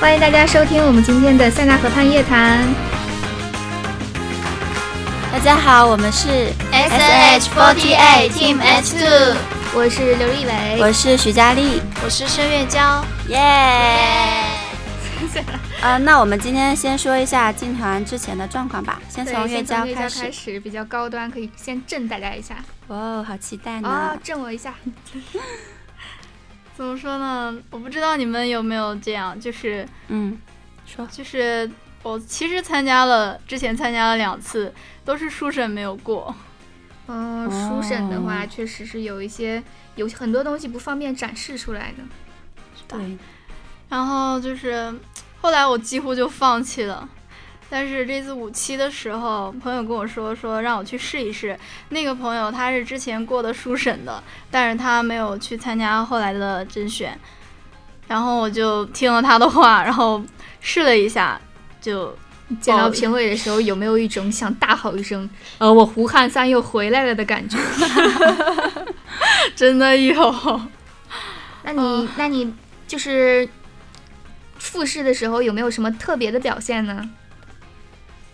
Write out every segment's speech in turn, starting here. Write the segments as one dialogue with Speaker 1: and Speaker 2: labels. Speaker 1: 欢迎大家收听我们今天的塞纳河畔夜谈。
Speaker 2: 大家好，我们是
Speaker 3: SNH48 Team H2，
Speaker 1: 我是刘立伟，
Speaker 2: 我是徐佳丽，
Speaker 3: 我是申月娇，
Speaker 2: 耶！ 呃，那我们今天先说一下进团之前的状况吧，先
Speaker 1: 对
Speaker 2: 从
Speaker 1: 先
Speaker 2: 月
Speaker 1: 从
Speaker 2: 娇
Speaker 1: 月
Speaker 2: 开
Speaker 1: 娇
Speaker 2: 始
Speaker 1: 开。始，比较高端，可以先震大家一下。
Speaker 2: 哇哦，好期待
Speaker 1: 哦
Speaker 2: 呢，！
Speaker 1: 震我一下，
Speaker 3: 怎么说呢？我不知道你们有没有这样，就是
Speaker 2: 嗯，说
Speaker 3: 就是我其实参加了，之前参加了两次，都是初审没有过。
Speaker 1: 嗯、
Speaker 2: 哦
Speaker 1: 书审的话，确实是有一些有很多东西不方便展示出来的。
Speaker 2: 对，
Speaker 3: 然后就是后来我几乎就放弃了。但是这次五期的时候，朋友跟我说说让我去试一试。那个朋友他是之前过的书审的，但是他没有去参加后来的甄选。然后我就听了他的话，然后试了一下，就
Speaker 1: 见到
Speaker 3: 哦
Speaker 1: 评委的时候，有没有一种想大吼一声“呃，我胡汉三又回来了”的感觉？
Speaker 3: 真的有。
Speaker 1: 那你、那你就是复试的时候有没有什么特别的表现呢？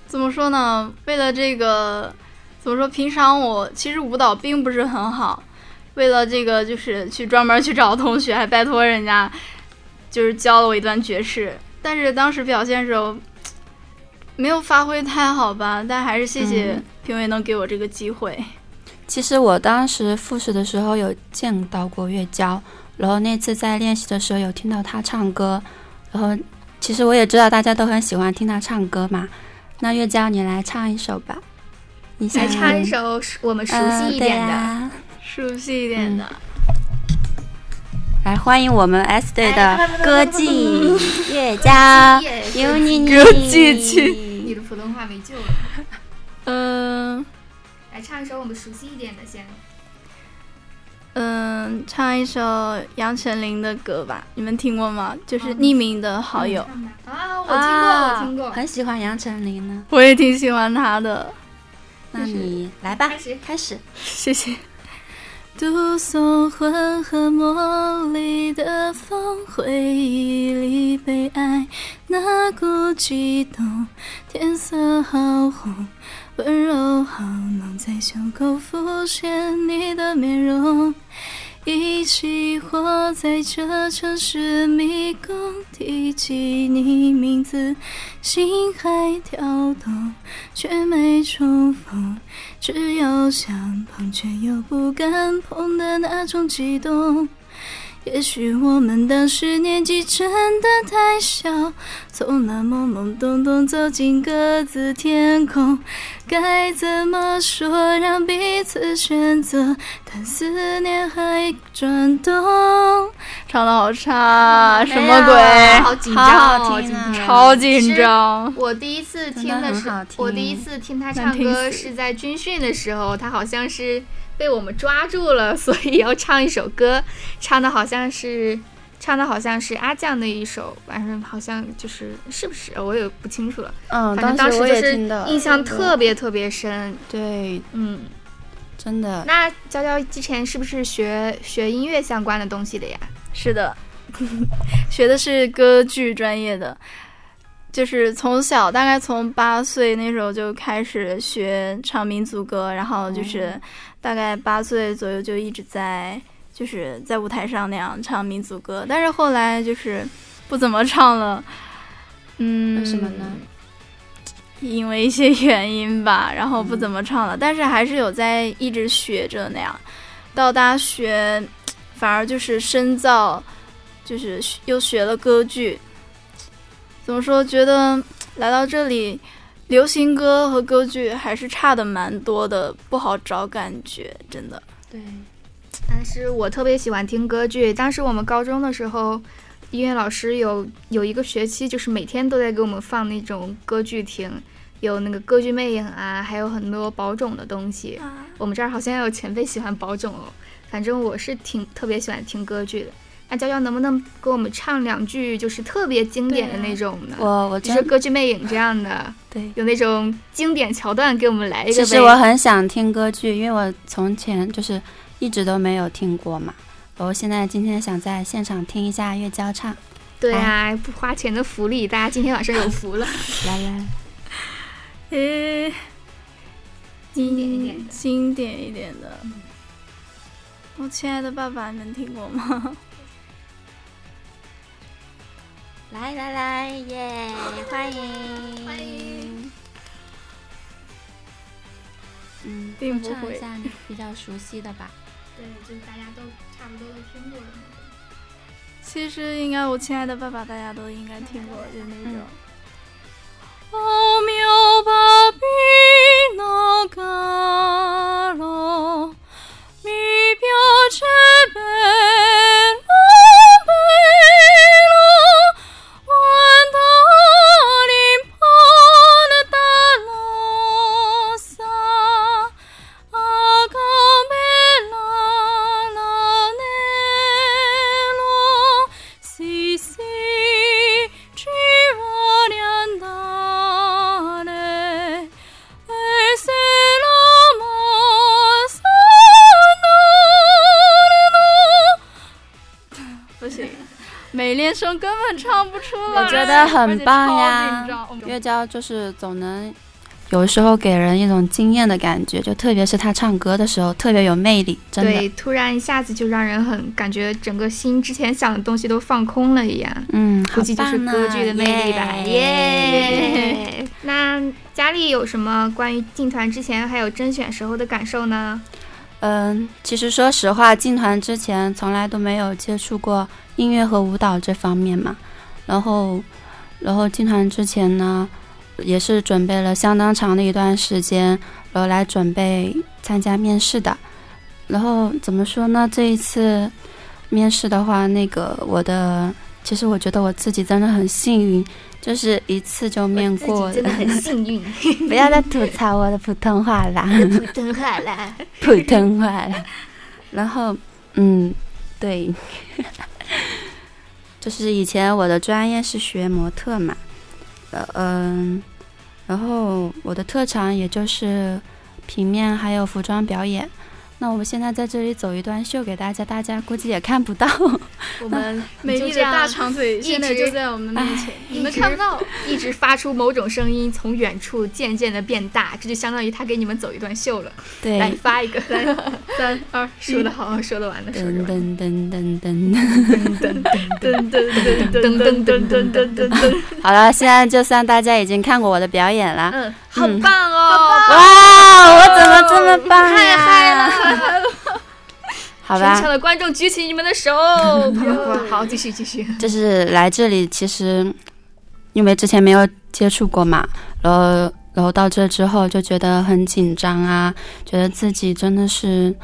Speaker 3: 怎么说呢？为了这个，怎么说？平常我其实舞蹈并不是很好，为了这个就是去专门去找同学，还拜托人家，就是教了我一段爵士。但是当时表现的时候，没有发挥太好吧，但还是谢谢
Speaker 2: 嗯
Speaker 3: 评委能给我这个机会。
Speaker 2: 其实我当时复试的时候有见到过月娇，然后那次在练习的时候有听到她唱歌，然后其实我也知道大家都很喜欢听她唱歌嘛。那月娇，你来唱一首吧，你
Speaker 1: 来
Speaker 2: 想
Speaker 1: 唱一首我们熟悉一点的。
Speaker 2: 呃
Speaker 3: 熟悉一点的，
Speaker 2: 对啊来欢迎我们 S 队的
Speaker 1: 哎不不不不不不
Speaker 2: 歌姬月娇，
Speaker 1: 耶
Speaker 2: 啊有你
Speaker 3: 歌姬去
Speaker 1: 你的普通话没救了，
Speaker 3: 嗯
Speaker 1: 来唱一首我们熟悉一点的先。
Speaker 3: 嗯、唱一首杨丞琳的歌吧，你们听过吗？就是
Speaker 1: 嗯
Speaker 3: 匿名的好友，
Speaker 1: 唱吧啊，我听过，
Speaker 2: 啊
Speaker 1: 我听过。
Speaker 2: 很喜欢杨丞琳呢。
Speaker 3: 我也挺喜欢她的。
Speaker 2: 那你来吧
Speaker 1: 开，始，
Speaker 2: 开始。
Speaker 3: 谢谢。读诵混合茉莉的风，回忆里被爱那股悸动，天色好红，温柔好浓，在胸口浮现你的面容。一起活在这城市迷宫，提起你名字，心还跳动，却没重逢。只有想碰却又不敢碰的那种悸动。也许我们当时年纪真的太小，从那懵懵懂懂走进各自天空，该怎么说让彼此选择？但思念还转动。唱的好差，什么鬼？
Speaker 1: 好紧张
Speaker 2: 好
Speaker 1: 哦，
Speaker 2: 好
Speaker 1: 紧
Speaker 2: 听啊
Speaker 1: 张。
Speaker 3: 超紧张。
Speaker 1: 我第一次听的
Speaker 2: 真的很好
Speaker 1: 是，
Speaker 2: 听
Speaker 1: 我第一次听他唱
Speaker 3: 难听
Speaker 1: 歌
Speaker 3: 死
Speaker 1: 是在军训的时候，他好像是被我们抓住了，所以要唱一首歌，唱的好像是唱的好像是阿酱的一首，反正好像就是是不是我也不清楚了，
Speaker 2: 嗯，
Speaker 1: 反正当
Speaker 2: 时
Speaker 1: 时
Speaker 2: 我
Speaker 1: 就
Speaker 2: 也
Speaker 1: 是
Speaker 2: 听到，
Speaker 1: 印象特别特别深。
Speaker 2: 对，
Speaker 1: 嗯，
Speaker 2: 真的。
Speaker 1: 那娇娇之前是不是学学音乐相关的东西的呀？
Speaker 3: 是的， 学的是歌剧专业的，就是从小大概从八岁那时候就开始学唱民族歌，然后
Speaker 2: 哦
Speaker 3: 就是大概八岁左右就一直在就是在舞台上那样唱民族歌，但是后来就是不怎么唱了，嗯，
Speaker 2: 为什么呢？
Speaker 3: 因为一些原因吧， 然后不怎么
Speaker 1: 嗯
Speaker 3: 唱了，但是还是有在一直学着那样。到大学，反而就是深造，就是学又学了歌剧。怎么说？觉得来到这里，流行歌和歌剧还是差的蛮多的，不好找感觉，真的。
Speaker 2: 对，
Speaker 1: 但是我特别喜欢听歌剧。当时我们高中的时候，音乐老师有有一个学期，就是每天都在给我们放那种歌剧听，有那个歌剧魅影啊，还有很多宝冢的东西。我们这儿好像有前辈喜欢宝冢哦，反正我是挺特别喜欢听歌剧的。那娇娇能不能给我们唱两句，就是特别经典的那种呢？
Speaker 2: 我我
Speaker 1: 就是
Speaker 2: 真
Speaker 1: 《歌剧魅影》这样的，
Speaker 2: 对。
Speaker 1: 有那种经典桥段，给我们来一个
Speaker 2: 其
Speaker 1: 呗。
Speaker 2: 实我很想听歌剧，因为我从前就是一直都没有听过嘛。然后现在今天想在现场听一下月娇唱，
Speaker 1: 对啊，不花钱的福利，大家今天晚上有福了。
Speaker 2: 来来，
Speaker 3: 诶，
Speaker 1: 经典一点的嗯
Speaker 3: 经典一点的。我亲爱的爸爸，你们听过
Speaker 1: 嗯
Speaker 3: 吗？
Speaker 4: 来来来，耶！欢迎，
Speaker 1: 欢迎。
Speaker 2: 嗯，
Speaker 3: 并
Speaker 2: 都
Speaker 3: 不
Speaker 2: 唱
Speaker 3: 会
Speaker 2: 一下你比较熟悉的吧。
Speaker 1: 对，就是大家都差不多都听过的那
Speaker 3: 其实应该，我亲爱的爸爸，大家都应该听过，就那种
Speaker 2: 嗯。
Speaker 3: Oh mio bambino caro, mi piace bello, bello, andare in ponta rossa, a campella l'anello, sì, sì, ci vuole andare. E se la mossa non- 不行，美练声根本唱不出来，
Speaker 2: 我觉得很棒
Speaker 3: 而且
Speaker 2: 呀
Speaker 3: 超紧张。
Speaker 2: 月娇就是总能有时候给人一种惊艳的感觉，就特别是她唱歌的时候特别有魅力，真
Speaker 1: 种。
Speaker 2: 的。
Speaker 1: 对，突然一下子就让人很感觉整个心之前想的东西都放空了一样。
Speaker 2: 嗯，
Speaker 1: 估计就是
Speaker 2: 好棒啊
Speaker 1: 歌剧的魅力吧，
Speaker 2: 耶！
Speaker 1: 耶！那佳丽有什么关于进团之前还有甄选时候的感受呢？
Speaker 2: 嗯，其实说实话，进团之前从来都没有接触过音乐和舞蹈这方面嘛。然后，然后进团之前呢，也是准备了相当长的一段时间，然后来准备参加面试的。然后怎么说呢？这一次面试的话，那个我的，其实我觉得我自己真的很幸运，就是一次就面
Speaker 1: 自
Speaker 2: 过
Speaker 1: 己。真的很幸 运，
Speaker 2: 不要再吐槽我的普通话啦。
Speaker 1: 普通话 啦。
Speaker 2: 普通话了。 然后，嗯，对， 就是以前我的专业是学模特嘛，呃嗯，然后我的特长也就是平面还有服装表演。那我们现在在这里走一段秀给大家，大家估计也看不到。
Speaker 1: 我们
Speaker 3: 美丽
Speaker 1: 就
Speaker 3: 的
Speaker 1: 这样
Speaker 3: 大长腿
Speaker 1: 直
Speaker 3: 现在就在我们面前，你们
Speaker 1: 一直
Speaker 3: 看不到。
Speaker 1: 一直发出某种声音，从远处渐渐的变大，这就相当于他给你们走一段秀了。
Speaker 3: 哎
Speaker 1: 来
Speaker 2: 对，
Speaker 1: 发一个，
Speaker 3: 三二
Speaker 1: 说的好，说的完了，说的完
Speaker 2: 噔
Speaker 1: 了。
Speaker 2: 噔噔噔噔。
Speaker 3: 噔噔噔噔噔噔噔噔噔噔，
Speaker 2: 好了，现在就算大家已经看过我的表演了。
Speaker 1: 嗯，好棒哦！
Speaker 2: 哇，我怎么这么棒
Speaker 1: 太
Speaker 2: 呀？
Speaker 1: 嗨了！
Speaker 2: 好吧
Speaker 1: 全，场的观众举起你们的 手，啪啪啪好，继续继续。
Speaker 2: 就是来这里，其实因为之前没有接触过嘛，然后然后到这之后就觉得很紧张啊，觉得自己真的是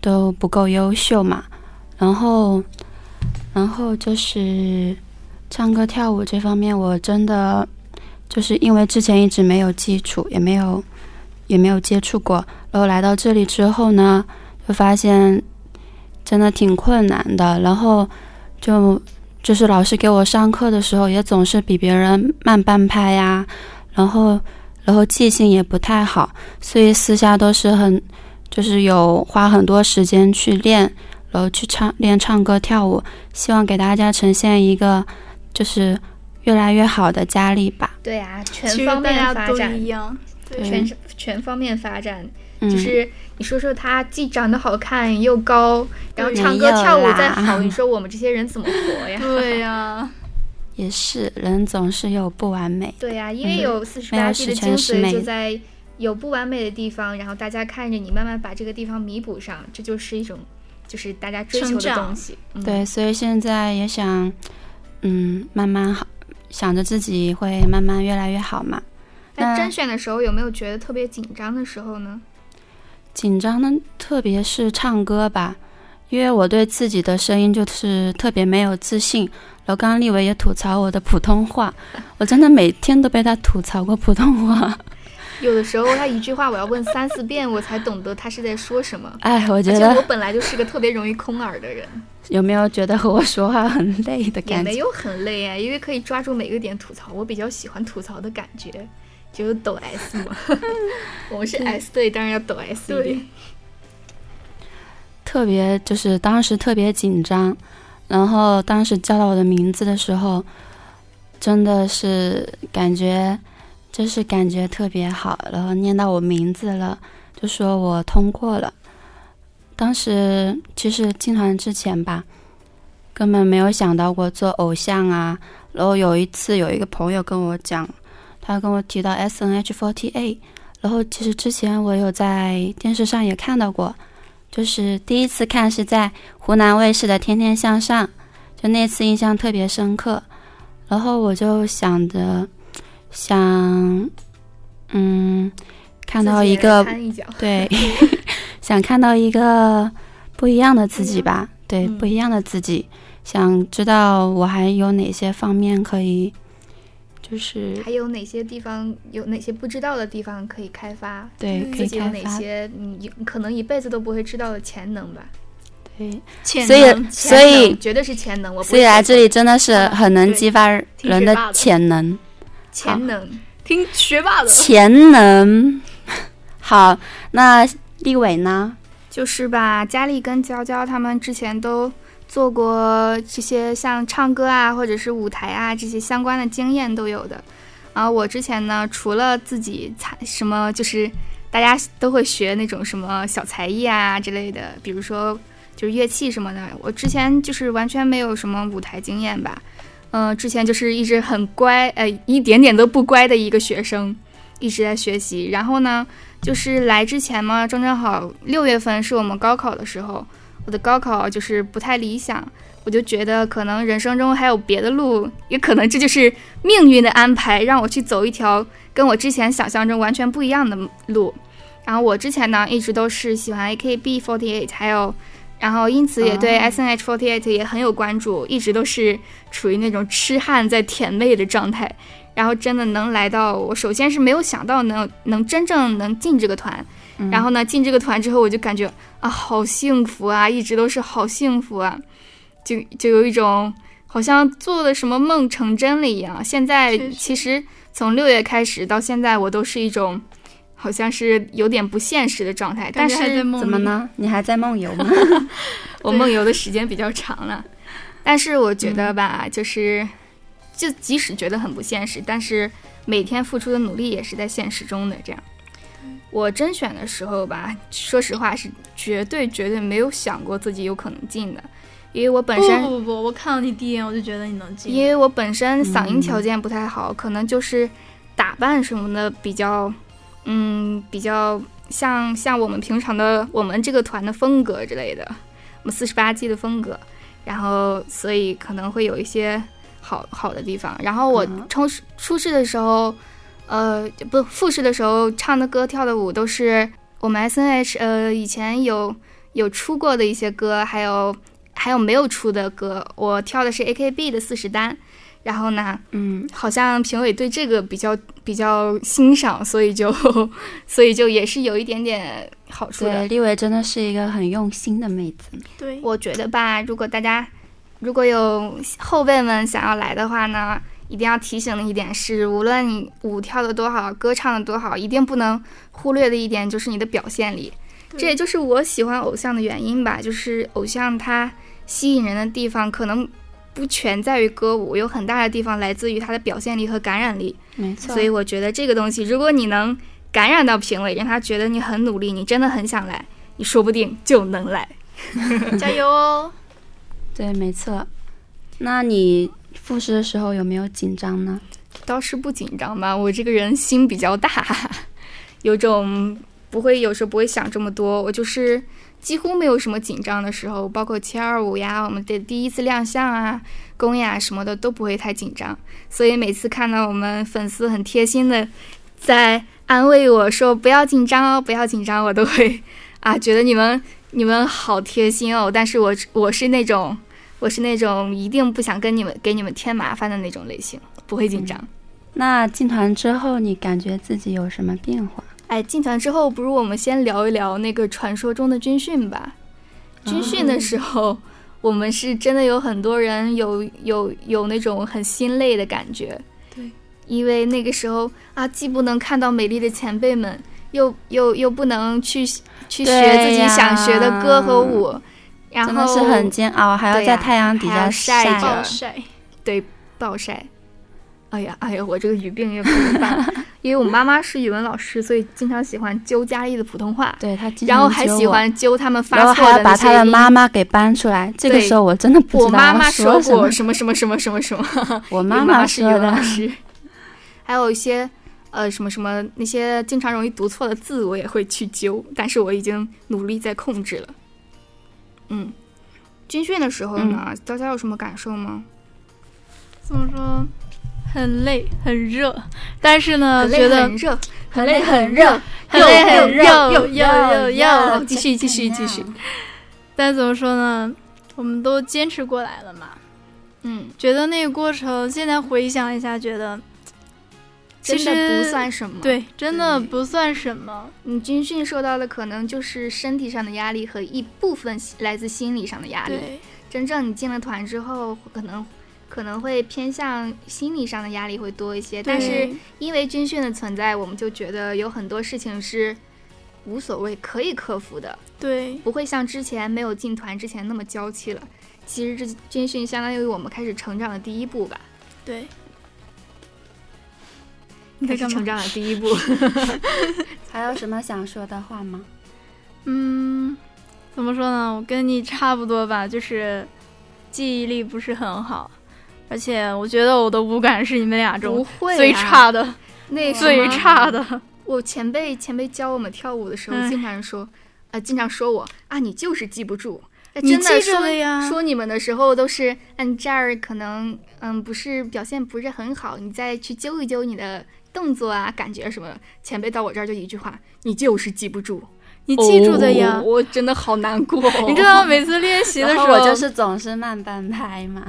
Speaker 2: 都不够优秀嘛，然后然后就是唱歌跳舞这方面，我真的就是因为之前一直没有基础，也没有也没有接触过，然后来到这里之后呢，就发现真的挺困难的，然后就就是老师给我上课的时候，也总是比别人慢半拍呀，然后然后记性也不太好，所以私下都是很就是有花很多时间去练，然后去唱练唱歌跳舞，希望给大家呈现一个就是越来越好的佳丽吧。
Speaker 1: 对啊，
Speaker 3: 其
Speaker 1: 全
Speaker 3: 实
Speaker 1: 方
Speaker 3: 大
Speaker 1: 面
Speaker 3: 家
Speaker 1: 发
Speaker 3: 都
Speaker 1: 展
Speaker 3: 一，样，对
Speaker 2: 对
Speaker 1: 全全方面发展。
Speaker 2: 嗯、
Speaker 1: 就是你说说他既长得好看又高，然后
Speaker 2: 对
Speaker 1: 唱
Speaker 2: 没
Speaker 1: 歌
Speaker 2: 有
Speaker 1: 跳舞再
Speaker 2: 啦
Speaker 1: 好， 你说我们这些人怎么活呀？
Speaker 3: 对 呀，
Speaker 2: 也是人总是有不完美，
Speaker 1: 对呀、因
Speaker 2: 嗯
Speaker 1: 为有四十
Speaker 2: 没
Speaker 1: 八
Speaker 2: 有
Speaker 1: G
Speaker 2: 十
Speaker 1: 的
Speaker 2: 哎全
Speaker 1: 精
Speaker 2: 十
Speaker 1: 髓
Speaker 2: 美
Speaker 1: 就在有不完美的地方，然后大家看着你慢慢把这个地方弥补上，这就是一种就是大家追
Speaker 3: 成
Speaker 1: 求的
Speaker 3: 长
Speaker 1: 东西。嗯、
Speaker 2: 对，所以现在也想嗯慢慢好，想着自己会慢慢越来越好嘛。
Speaker 1: 那
Speaker 2: 那
Speaker 1: 甄选的时候有没有觉得特别紧张的时候呢？
Speaker 2: 紧张呢，特别是唱歌吧，因为我对自己的声音就是特别没有自信。然后刚刚立伟也吐槽我的普通 话，我真的每天都被他吐槽过普通话。
Speaker 1: 有的时候他一句话我要问三四遍，我才懂得他是在说什么。
Speaker 2: 哎，我
Speaker 1: 而
Speaker 2: 觉
Speaker 1: 且 我
Speaker 2: 得
Speaker 1: 本来就是个特别容易空耳的人，
Speaker 2: 有没有觉得和我说话很累的
Speaker 1: 也
Speaker 2: 感
Speaker 1: 没
Speaker 2: 觉？
Speaker 1: 有很累啊，因为可以抓住每个点吐槽。我比较喜欢吐槽的感觉，就是抖 S 嘛。 我们是 S 队，当然要抖 S 一点。
Speaker 2: 特别就是当时特别紧张，然后当时叫到我的名字的时候，真的是感觉，就是感觉特别好。然后念到我名字了，就说我通过了。当时其实进团之前吧，根本没有想到过做偶像啊。然后有一次有一个朋友跟我讲，他跟我提到 S N H forty eight，然后其实之前我有在电视上也看到过，就是第一次看是在湖南卫视的《天天向上》，就那次印象特别深刻。然后我就想着，想，嗯，看到一个
Speaker 1: 自己也掺一脚，
Speaker 2: 对，想看到一个不一样的自己吧，对，
Speaker 1: 嗯
Speaker 2: 不一样的自己，想知道我还有哪些方面可以，就是
Speaker 1: 还有哪些地方有哪些不知道的地方可以开发？
Speaker 2: 对，
Speaker 4: 嗯
Speaker 2: 可
Speaker 1: 自
Speaker 2: 以
Speaker 1: 己有
Speaker 2: 开
Speaker 1: 哪
Speaker 2: 发，
Speaker 1: 些你有可能一辈子都不会知道的潜能吧？
Speaker 2: 对，
Speaker 1: 潜
Speaker 2: 所以
Speaker 1: 能
Speaker 2: 所
Speaker 1: 潜
Speaker 2: 以
Speaker 1: 能绝对是潜能，我不
Speaker 2: 所以
Speaker 1: 会
Speaker 2: 来
Speaker 1: 说
Speaker 2: 这里真的是很能
Speaker 1: 对
Speaker 2: 激发
Speaker 5: 挺
Speaker 2: 人
Speaker 5: 学
Speaker 2: 的
Speaker 5: 霸的
Speaker 2: 潜 能，
Speaker 1: 潜能
Speaker 4: 听学霸的，
Speaker 2: 潜能。好，那立伟呢？
Speaker 1: 就是吧，佳丽跟娇娇他们之前都做过这些像唱歌啊，或者是舞台啊这些相关的经验都有的。然后我之前呢，除了自己才什么，就是大家都会学那种什么小才艺啊之类的，比如说就是乐器什么的。我之前就是完全没有什么舞台经验吧，嗯、之前就是一直很乖，呃，一点点都不乖的一个学生，一直在学习。然后呢，就是来之前嘛，正正好六月份是我们高考的时候，我的高考就是不太理想，我就觉得可能人生中还有别的路，也可能这就是命运的安排，让我去走一条跟我之前想象中完全不一样的路。然后我之前呢，一直都是喜欢 AKB48，还有，然后因此也
Speaker 4: 哦
Speaker 1: 对 SNH48 也很有关注，一直都是处于那种痴汉在舔妹的状态。然后真的能来到，我首先是没有想到能能真正能进这个团，
Speaker 4: 嗯
Speaker 1: 然后呢进这个团之后，我就感觉啊好幸福啊，一直都是好幸福啊，就就有一种好像做了什么梦成真了一样。现在
Speaker 4: 确实
Speaker 1: 其实从六月开始到现在，我都是一种好像是有点不现实的状态，但
Speaker 4: 感觉还在
Speaker 1: 是
Speaker 4: 梦
Speaker 2: 怎么
Speaker 4: 里？
Speaker 2: 呢？你还在梦游吗？
Speaker 1: 我梦游的时间比较长了。嗯但是我觉得吧，就是就即使觉得很不现实，但是每天付出的努力也是在现实中的。这样，我甄选的时候吧，说实话是绝对绝对没有想过自己有可能进的，因为我本
Speaker 4: 不
Speaker 1: 身
Speaker 4: 不不不，我看到你第一眼我就觉得你能
Speaker 1: 因
Speaker 4: 进，
Speaker 1: 为我本身嗓音条件不太好，可能就是打扮什么的比较，嗯，比较像像我们平常的我们这个团的风格之类的，我们四十八季的风格，然后所以可能会有一些好好的地方。然后我
Speaker 2: 嗯
Speaker 1: 冲初试的时候，呃，不复试的时候唱的歌、跳的舞都是我们 S N H 呃以前有有出过的一些歌，还有还有没有出的歌。我跳的是 A K B 的四十单，然后呢，
Speaker 2: 嗯，
Speaker 1: 好像评委对这个比较比较欣赏，所以就 所以就也是有一点点好处的
Speaker 2: 对，。立伟真的是一个很用心的妹子。
Speaker 4: 对，
Speaker 1: 我觉得吧，如果大家如果有后辈们想要来的话呢，一定要提醒的一点是，无论你舞跳的多好，歌唱的多好，一定不能忽略的一点就是你的表现力。
Speaker 4: 对
Speaker 1: 这也就是我喜欢偶像的原因吧，就是偶像它吸引人的地方可能不全在于歌舞，有很大的地方来自于他的表现力和感染力。
Speaker 2: 没错
Speaker 1: 所以我觉得这个东西，如果你能感染到评委，让他觉得你很努力，你真的很想来，你说不定就能来。
Speaker 2: 嗯
Speaker 4: 加油哦！
Speaker 2: 对，没错。那你复试的时候有没有紧张呢？
Speaker 1: 倒是不紧张吧，我这个人心比较大，有种不会有时候不会想这么多，我就是几乎没有什么紧张的时候，包括七二五呀，我们的第一次亮相啊、公演啊什么的都不会太紧张，所以每次看到我们粉丝很贴心的在安慰我说不要紧张哦，不要紧张，我都会啊觉得你们你们好贴心哦，但是我我是那种。我是那种一定不想跟你们给你们添麻烦的那种类型，不会紧张。
Speaker 2: 那进团之后，你感觉自己有什么变化？
Speaker 1: 哎，进团之后，不如我们先聊一聊那个传说中的军训吧。军训
Speaker 2: 哦
Speaker 1: 的时候，我们是真的有很多人有有有那种很心累的感觉。
Speaker 4: 对，
Speaker 1: 因为那个时候啊，既不能看到美丽的前辈们，又又又不能去去
Speaker 2: 对
Speaker 1: 学自己想学的歌和舞，然
Speaker 2: 真的
Speaker 1: 后
Speaker 2: 是很煎熬，还要
Speaker 1: 对
Speaker 2: 在
Speaker 1: 呀
Speaker 2: 太阳底
Speaker 1: 还
Speaker 2: 下
Speaker 1: 要晒着
Speaker 2: 啊
Speaker 4: 暴晒，
Speaker 1: 对暴晒。哎呀，哎呀，我这个语病也不能犯， 因为我妈妈是语文老师，所以经常喜欢揪佳丽的普通话，
Speaker 2: 对他经
Speaker 1: 然
Speaker 2: 常
Speaker 1: 后还
Speaker 2: 揪
Speaker 1: 喜
Speaker 2: 嗯我，
Speaker 1: 欢揪他们
Speaker 2: 然
Speaker 1: 发
Speaker 2: 后
Speaker 1: 错
Speaker 2: 还要
Speaker 1: 的那
Speaker 2: 把
Speaker 1: 些
Speaker 2: 他的
Speaker 1: 音
Speaker 2: 妈妈给搬出来。这个
Speaker 1: 对
Speaker 2: 时候我真的不
Speaker 1: 我
Speaker 2: 知道
Speaker 1: 妈妈
Speaker 2: 要说什么
Speaker 1: 过，什么什么什么什么什么，
Speaker 2: 我
Speaker 1: 因为
Speaker 2: 妈
Speaker 1: 妈是语
Speaker 2: 说
Speaker 1: 文
Speaker 2: 的
Speaker 1: 老。师，还有一些呃什么什么那些经常容易读错的字，我也会去揪，但是我已经努力在控制了。嗯，军训的时候呢，
Speaker 2: 嗯
Speaker 1: 大家有什么感受吗？
Speaker 4: 怎么说？很累，很热，但是
Speaker 2: 呃
Speaker 4: 呢，
Speaker 1: 很累
Speaker 4: 觉得
Speaker 1: 很热，
Speaker 4: 很累很热，很累很热，又又又又，继续继续继续。但怎么说呢，我们都坚持过来了嘛。
Speaker 1: 嗯，
Speaker 4: 觉得那个过程，现在回想一下，觉得
Speaker 1: 真
Speaker 4: 其
Speaker 1: 的不
Speaker 4: 实
Speaker 1: 算什么。，
Speaker 4: 对，真的
Speaker 1: 嗯
Speaker 4: 不算什么。
Speaker 1: 你嗯军训受到的可能就是身体上的压力和一部分来自心理上的压力。
Speaker 4: 对，
Speaker 1: 真正你进了团之后，可能可能会偏向心理上的压力会多一些，但是
Speaker 4: 对
Speaker 1: 因为军训的存在，我们就觉得有很多事情是无所谓可以克服的，
Speaker 4: 对
Speaker 1: 不会像之前没有进团之前那么娇气了。其实这军训相当于我们开始成长的第一步吧，
Speaker 4: 对，你
Speaker 1: 开
Speaker 4: 在
Speaker 1: 始
Speaker 4: 干
Speaker 1: 成长
Speaker 4: 嘛？
Speaker 1: 的第一 步。
Speaker 2: 还有什么想说的话吗？
Speaker 4: 嗯，怎么说呢？我跟你差不多吧，就是记忆力不是很好，而且我觉得我的五感是你们俩
Speaker 1: 不
Speaker 4: 中
Speaker 1: 会、啊，
Speaker 4: 最差的，
Speaker 1: 那什
Speaker 4: 最
Speaker 1: 么
Speaker 4: 差的。
Speaker 1: 我前辈前辈教我们跳舞的时候，
Speaker 4: 哎
Speaker 1: 经常说，呃，经常说我啊，你就是记不住。哎
Speaker 4: 你
Speaker 1: 真的
Speaker 4: 记着
Speaker 1: 说
Speaker 4: 了呀
Speaker 1: 说你们的时候都是，嗯，这儿可能嗯不是表现不是很好，你再去揪一揪你的动作啊、感觉什么的。前辈到我这儿就一句话，你就是记不住，
Speaker 4: 你记住的呀
Speaker 1: 哦，我真的好难过。
Speaker 4: 你知 道每次练习的
Speaker 2: 然
Speaker 4: 时
Speaker 2: 后
Speaker 4: 候，
Speaker 2: 我就是总是慢半拍嘛，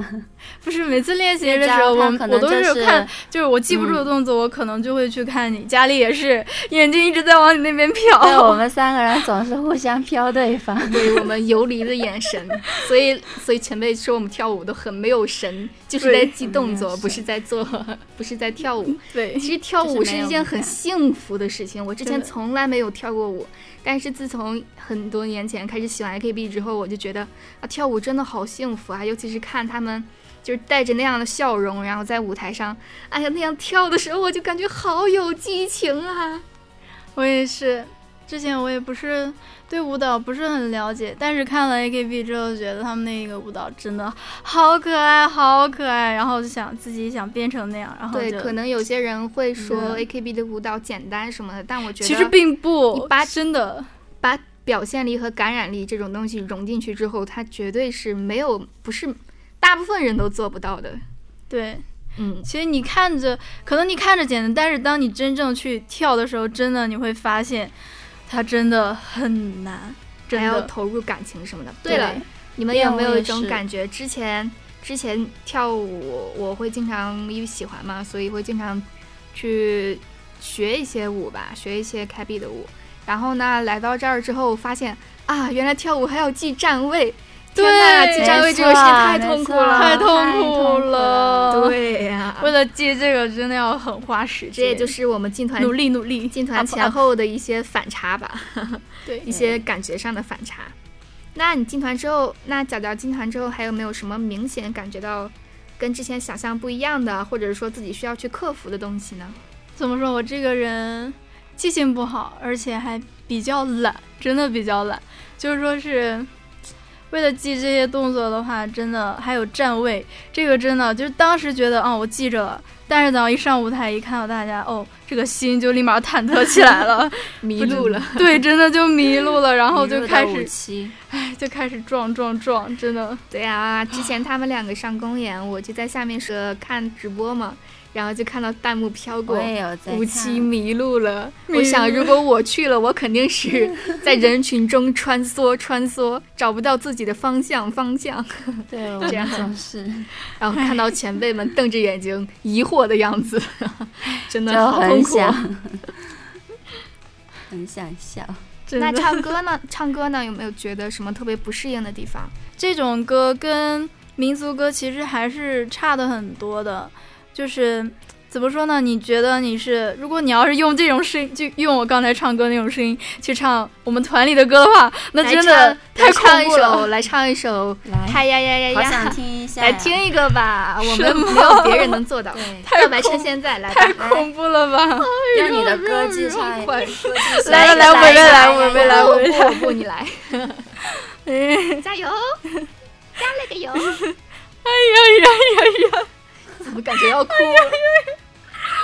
Speaker 4: 不是每次练习的
Speaker 2: 这
Speaker 4: 时
Speaker 2: 样
Speaker 4: 候，我
Speaker 2: 他可
Speaker 4: 我
Speaker 2: 能
Speaker 4: 都
Speaker 2: 就是嗯
Speaker 4: 看，就是我记不住的动作，我可能就会去看你。佳丽也是眼睛一直在往你那边
Speaker 1: 哎
Speaker 2: 对我
Speaker 4: 瞟，
Speaker 2: 们三个人总是互相 飘对方。
Speaker 1: 对我们游离的眼神，所以所以前辈说我们跳舞都很没有神，就是在
Speaker 4: 对
Speaker 1: 记
Speaker 2: 很没
Speaker 1: 动
Speaker 2: 有
Speaker 1: 作，不
Speaker 2: 神
Speaker 1: 是在做，不是在跳舞。
Speaker 4: 对
Speaker 1: 其实跳舞
Speaker 2: 就是
Speaker 1: 是
Speaker 2: 没有
Speaker 1: 一件
Speaker 2: 灵
Speaker 1: 很
Speaker 2: 感
Speaker 1: 幸福的事情，我之前
Speaker 4: 真的
Speaker 1: 从来没有跳过舞，但是自从很多年前开始喜欢 AKB 之后，我就觉得啊，跳舞真的好幸福啊，尤其是看他们就是带着那样的笑容，然后在舞台上，哎呀那样跳的时候，我就感觉好有激情啊。
Speaker 4: 我也是。之前我也不是对舞蹈不是很了解，但是看了 AKB 之后，觉得他们那个舞蹈真的好可爱，好可爱。然后就想自己想变成那样，然后
Speaker 1: 对，
Speaker 4: 就
Speaker 1: 可能有些人会说
Speaker 4: 对
Speaker 1: AKB 的舞蹈简单什么的，但我觉得
Speaker 4: 其实并不，
Speaker 1: 你把
Speaker 4: 真的
Speaker 1: 把表现力和感染力这种东西融进去之后，它绝对是没有不是大部分人都做不到的。
Speaker 4: 对。
Speaker 1: 嗯，
Speaker 4: 其实你看着，可能你看着简单，但是当你真正去跳的时候，真的你会发现，它真的很难，真
Speaker 1: 还要
Speaker 4: 的。
Speaker 1: 投入感情什么的。
Speaker 4: 对
Speaker 1: 了，你们有没
Speaker 2: 练
Speaker 1: 有
Speaker 2: 舞
Speaker 1: 一
Speaker 2: 也
Speaker 1: 种
Speaker 2: 是
Speaker 1: 感觉？之前之前跳舞，我会经常因为喜欢嘛，所以会经常去学一些舞吧，学一些开臂的舞。然后呢，来到这儿之后，发现啊，原来跳舞还要记站位。天呐，
Speaker 4: 对
Speaker 1: 记站位这个事情太痛苦了，
Speaker 4: 太痛苦了
Speaker 1: 对啊呀、
Speaker 4: 为了接这个，真的要很花时间，
Speaker 1: 这也就是我们进团
Speaker 4: 努力努力。
Speaker 1: 进
Speaker 4: 啊
Speaker 1: 团
Speaker 4: 不
Speaker 1: 前
Speaker 4: 啊
Speaker 1: 后的一些反差吧。
Speaker 4: 对
Speaker 1: 一，些感觉上的反差。那你进团之后，那角角进团之后，还有没有什么明显感觉到跟之前想象不一样的，或者是说自己需要去克服的东西呢？
Speaker 4: 怎么说我这个人记性不好，而且还比较懒，真的比较懒。就是说是为了记这些动作的话，真的还有站位，这个真的就是当时觉得啊、我记着了，但是等一上舞台一看到大家，哦，这个心就立马忐忑起来了，
Speaker 1: 迷
Speaker 4: 不知
Speaker 1: 路了，
Speaker 4: 对，真的就迷路了，
Speaker 1: 嗯
Speaker 4: 然后就开
Speaker 2: 五
Speaker 4: 始
Speaker 2: 七，
Speaker 4: 就开始撞撞撞，真的
Speaker 1: 对啊，之前他们两个上公演，我就在下面是看直播嘛，然后就看到弹幕飘
Speaker 2: 我
Speaker 1: 过。
Speaker 2: 也有在
Speaker 1: 五七
Speaker 2: 看
Speaker 1: 迷路了，我
Speaker 4: 迷
Speaker 1: 想
Speaker 4: 路
Speaker 1: 如果我去了，我肯定是 在人群中穿梭穿梭，找不到自己的方向方向。
Speaker 2: 对，我
Speaker 1: 这样
Speaker 2: 们总是
Speaker 1: 然后看到前辈们瞪着眼睛疑惑的样子， 真的
Speaker 2: 就
Speaker 1: 好痛
Speaker 2: 很
Speaker 1: 苦。啊
Speaker 2: 想 很想笑。
Speaker 4: 真
Speaker 1: 那
Speaker 4: 的。
Speaker 1: 唱歌呢？ 唱歌呢？有没有觉得什么特别不适应的地方？
Speaker 4: 这种歌跟民族歌其实还是差的很多的，就是怎么说呢？你觉得你是，如果你要是用这种声音，就用我刚才唱歌那种声音去唱我们团里的歌的话，那真的太
Speaker 1: 来唱
Speaker 4: 恐
Speaker 1: 一
Speaker 4: 怖
Speaker 1: 首，
Speaker 4: 了。
Speaker 1: 来唱一首，
Speaker 2: 来，
Speaker 1: 嗨呀呀呀
Speaker 5: 好想
Speaker 1: 呀！
Speaker 5: 听一下呀，
Speaker 1: 来听一个吧，我
Speaker 4: 是
Speaker 1: 们没有别人能做 到。
Speaker 5: 对，
Speaker 1: 告白趁现在，来吧哎
Speaker 4: 太，恐怖了吧！哎
Speaker 5: 让你的歌技唱一下。
Speaker 4: 来来
Speaker 5: 来
Speaker 4: 来，
Speaker 5: 一个来一个
Speaker 4: 伟伟来，伟伟
Speaker 5: 来
Speaker 4: 来，
Speaker 1: 我不
Speaker 4: 伟伟
Speaker 1: 我不你来，
Speaker 4: 来。
Speaker 1: 加油，加了个油，
Speaker 4: 哎呀呀呀呀！
Speaker 1: 怎么感觉要哭了？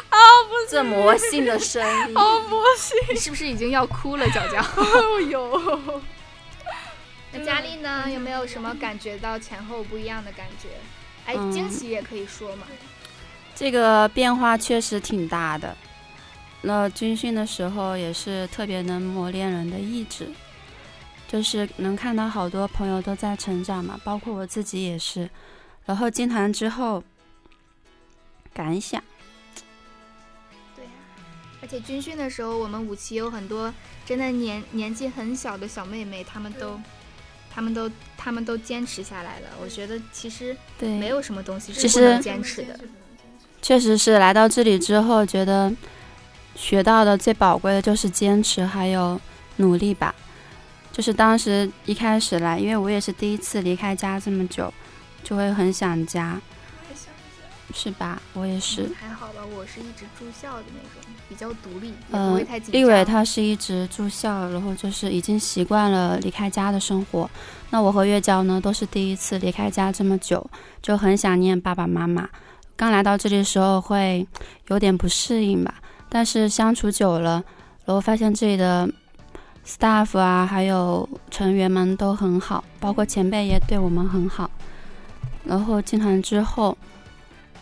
Speaker 4: 啊，不
Speaker 5: 这魔性的声 音，
Speaker 4: 好不行！
Speaker 1: 你是不是已经要哭了，角角？
Speaker 4: 哦呦，
Speaker 1: 那佳丽呢？有没有什么感觉到前后不一样的感觉？哎，
Speaker 2: 嗯
Speaker 1: 惊喜也可以说嘛。
Speaker 2: 这个变化确实挺大的。那军训的时候也是特别能磨练人的意志，就是能看到好多朋友都在成长嘛，包括我自己也是。然后进团之后，感想
Speaker 1: 对呀、而且军训的时候，我们五期有很多真的年年纪很小的小妹妹，她们都，她们都，她们都坚持下来了。我觉得其实
Speaker 2: 对，
Speaker 1: 没有什么东西是
Speaker 2: 其
Speaker 1: 不能
Speaker 2: 实
Speaker 1: 坚持的。
Speaker 2: 确实是来到这里之后，觉得学到的最宝贵的就是坚持还有努力吧。就是当时一开始来，因为我也是第一次离开家这么久，就会很想家，是吧？我也是。
Speaker 1: 还好吧，我是一直住校的那种，比较独立，也不
Speaker 2: 嗯
Speaker 1: 会太紧张。
Speaker 2: 立伟他是一直住校，然后就是已经习惯了离开家的生活。那我和月娇呢，都是第一次离开家这么久，就很想念爸爸妈妈。刚来到这里的时候会有点不适应吧，但是相处久了，然后发现这里的 staff 啊，还有成员们都很好，包括前辈也对我们很好。然后进团之后，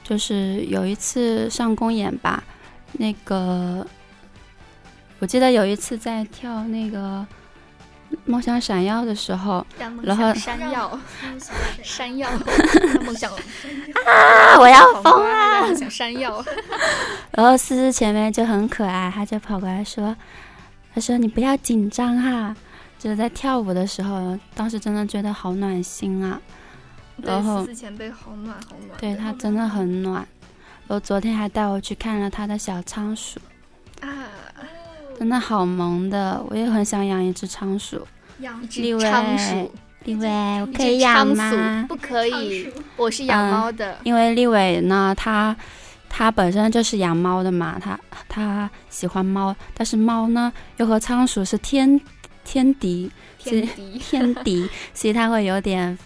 Speaker 2: 就是有一次上公演吧，那个我记得有一次在跳那个《梦想闪耀》的时候，
Speaker 1: 让梦
Speaker 2: 然
Speaker 1: 想
Speaker 2: 后
Speaker 1: 山 药，山药，让 梦想
Speaker 2: 啊，我要
Speaker 1: 疯了，让梦想山药。
Speaker 2: 然后思思前面就很可爱，她就跑过来说：“她说你不要紧张哈、就是在跳舞的时候，当时真的觉得好暖心啊。然
Speaker 1: 对
Speaker 2: 后
Speaker 1: 思思前辈好暖好暖，
Speaker 2: 对她真的很暖。然后昨天还带我去看了她的小仓鼠，
Speaker 1: 啊，
Speaker 2: 真的好萌的，我也很想养一只仓鼠。
Speaker 1: 养只
Speaker 2: 立伟
Speaker 1: 仓鼠，
Speaker 2: 立伟，我
Speaker 1: 一
Speaker 2: 可以
Speaker 1: 只
Speaker 2: 养
Speaker 1: 仓
Speaker 2: 吗
Speaker 1: 鼠？不可以，我是养猫的。
Speaker 2: 因为立伟呢，他他本身就是养猫的嘛，他他喜欢猫，但是猫呢又和仓鼠是天天敌，
Speaker 1: 天敌，
Speaker 2: 天敌，所以他会有点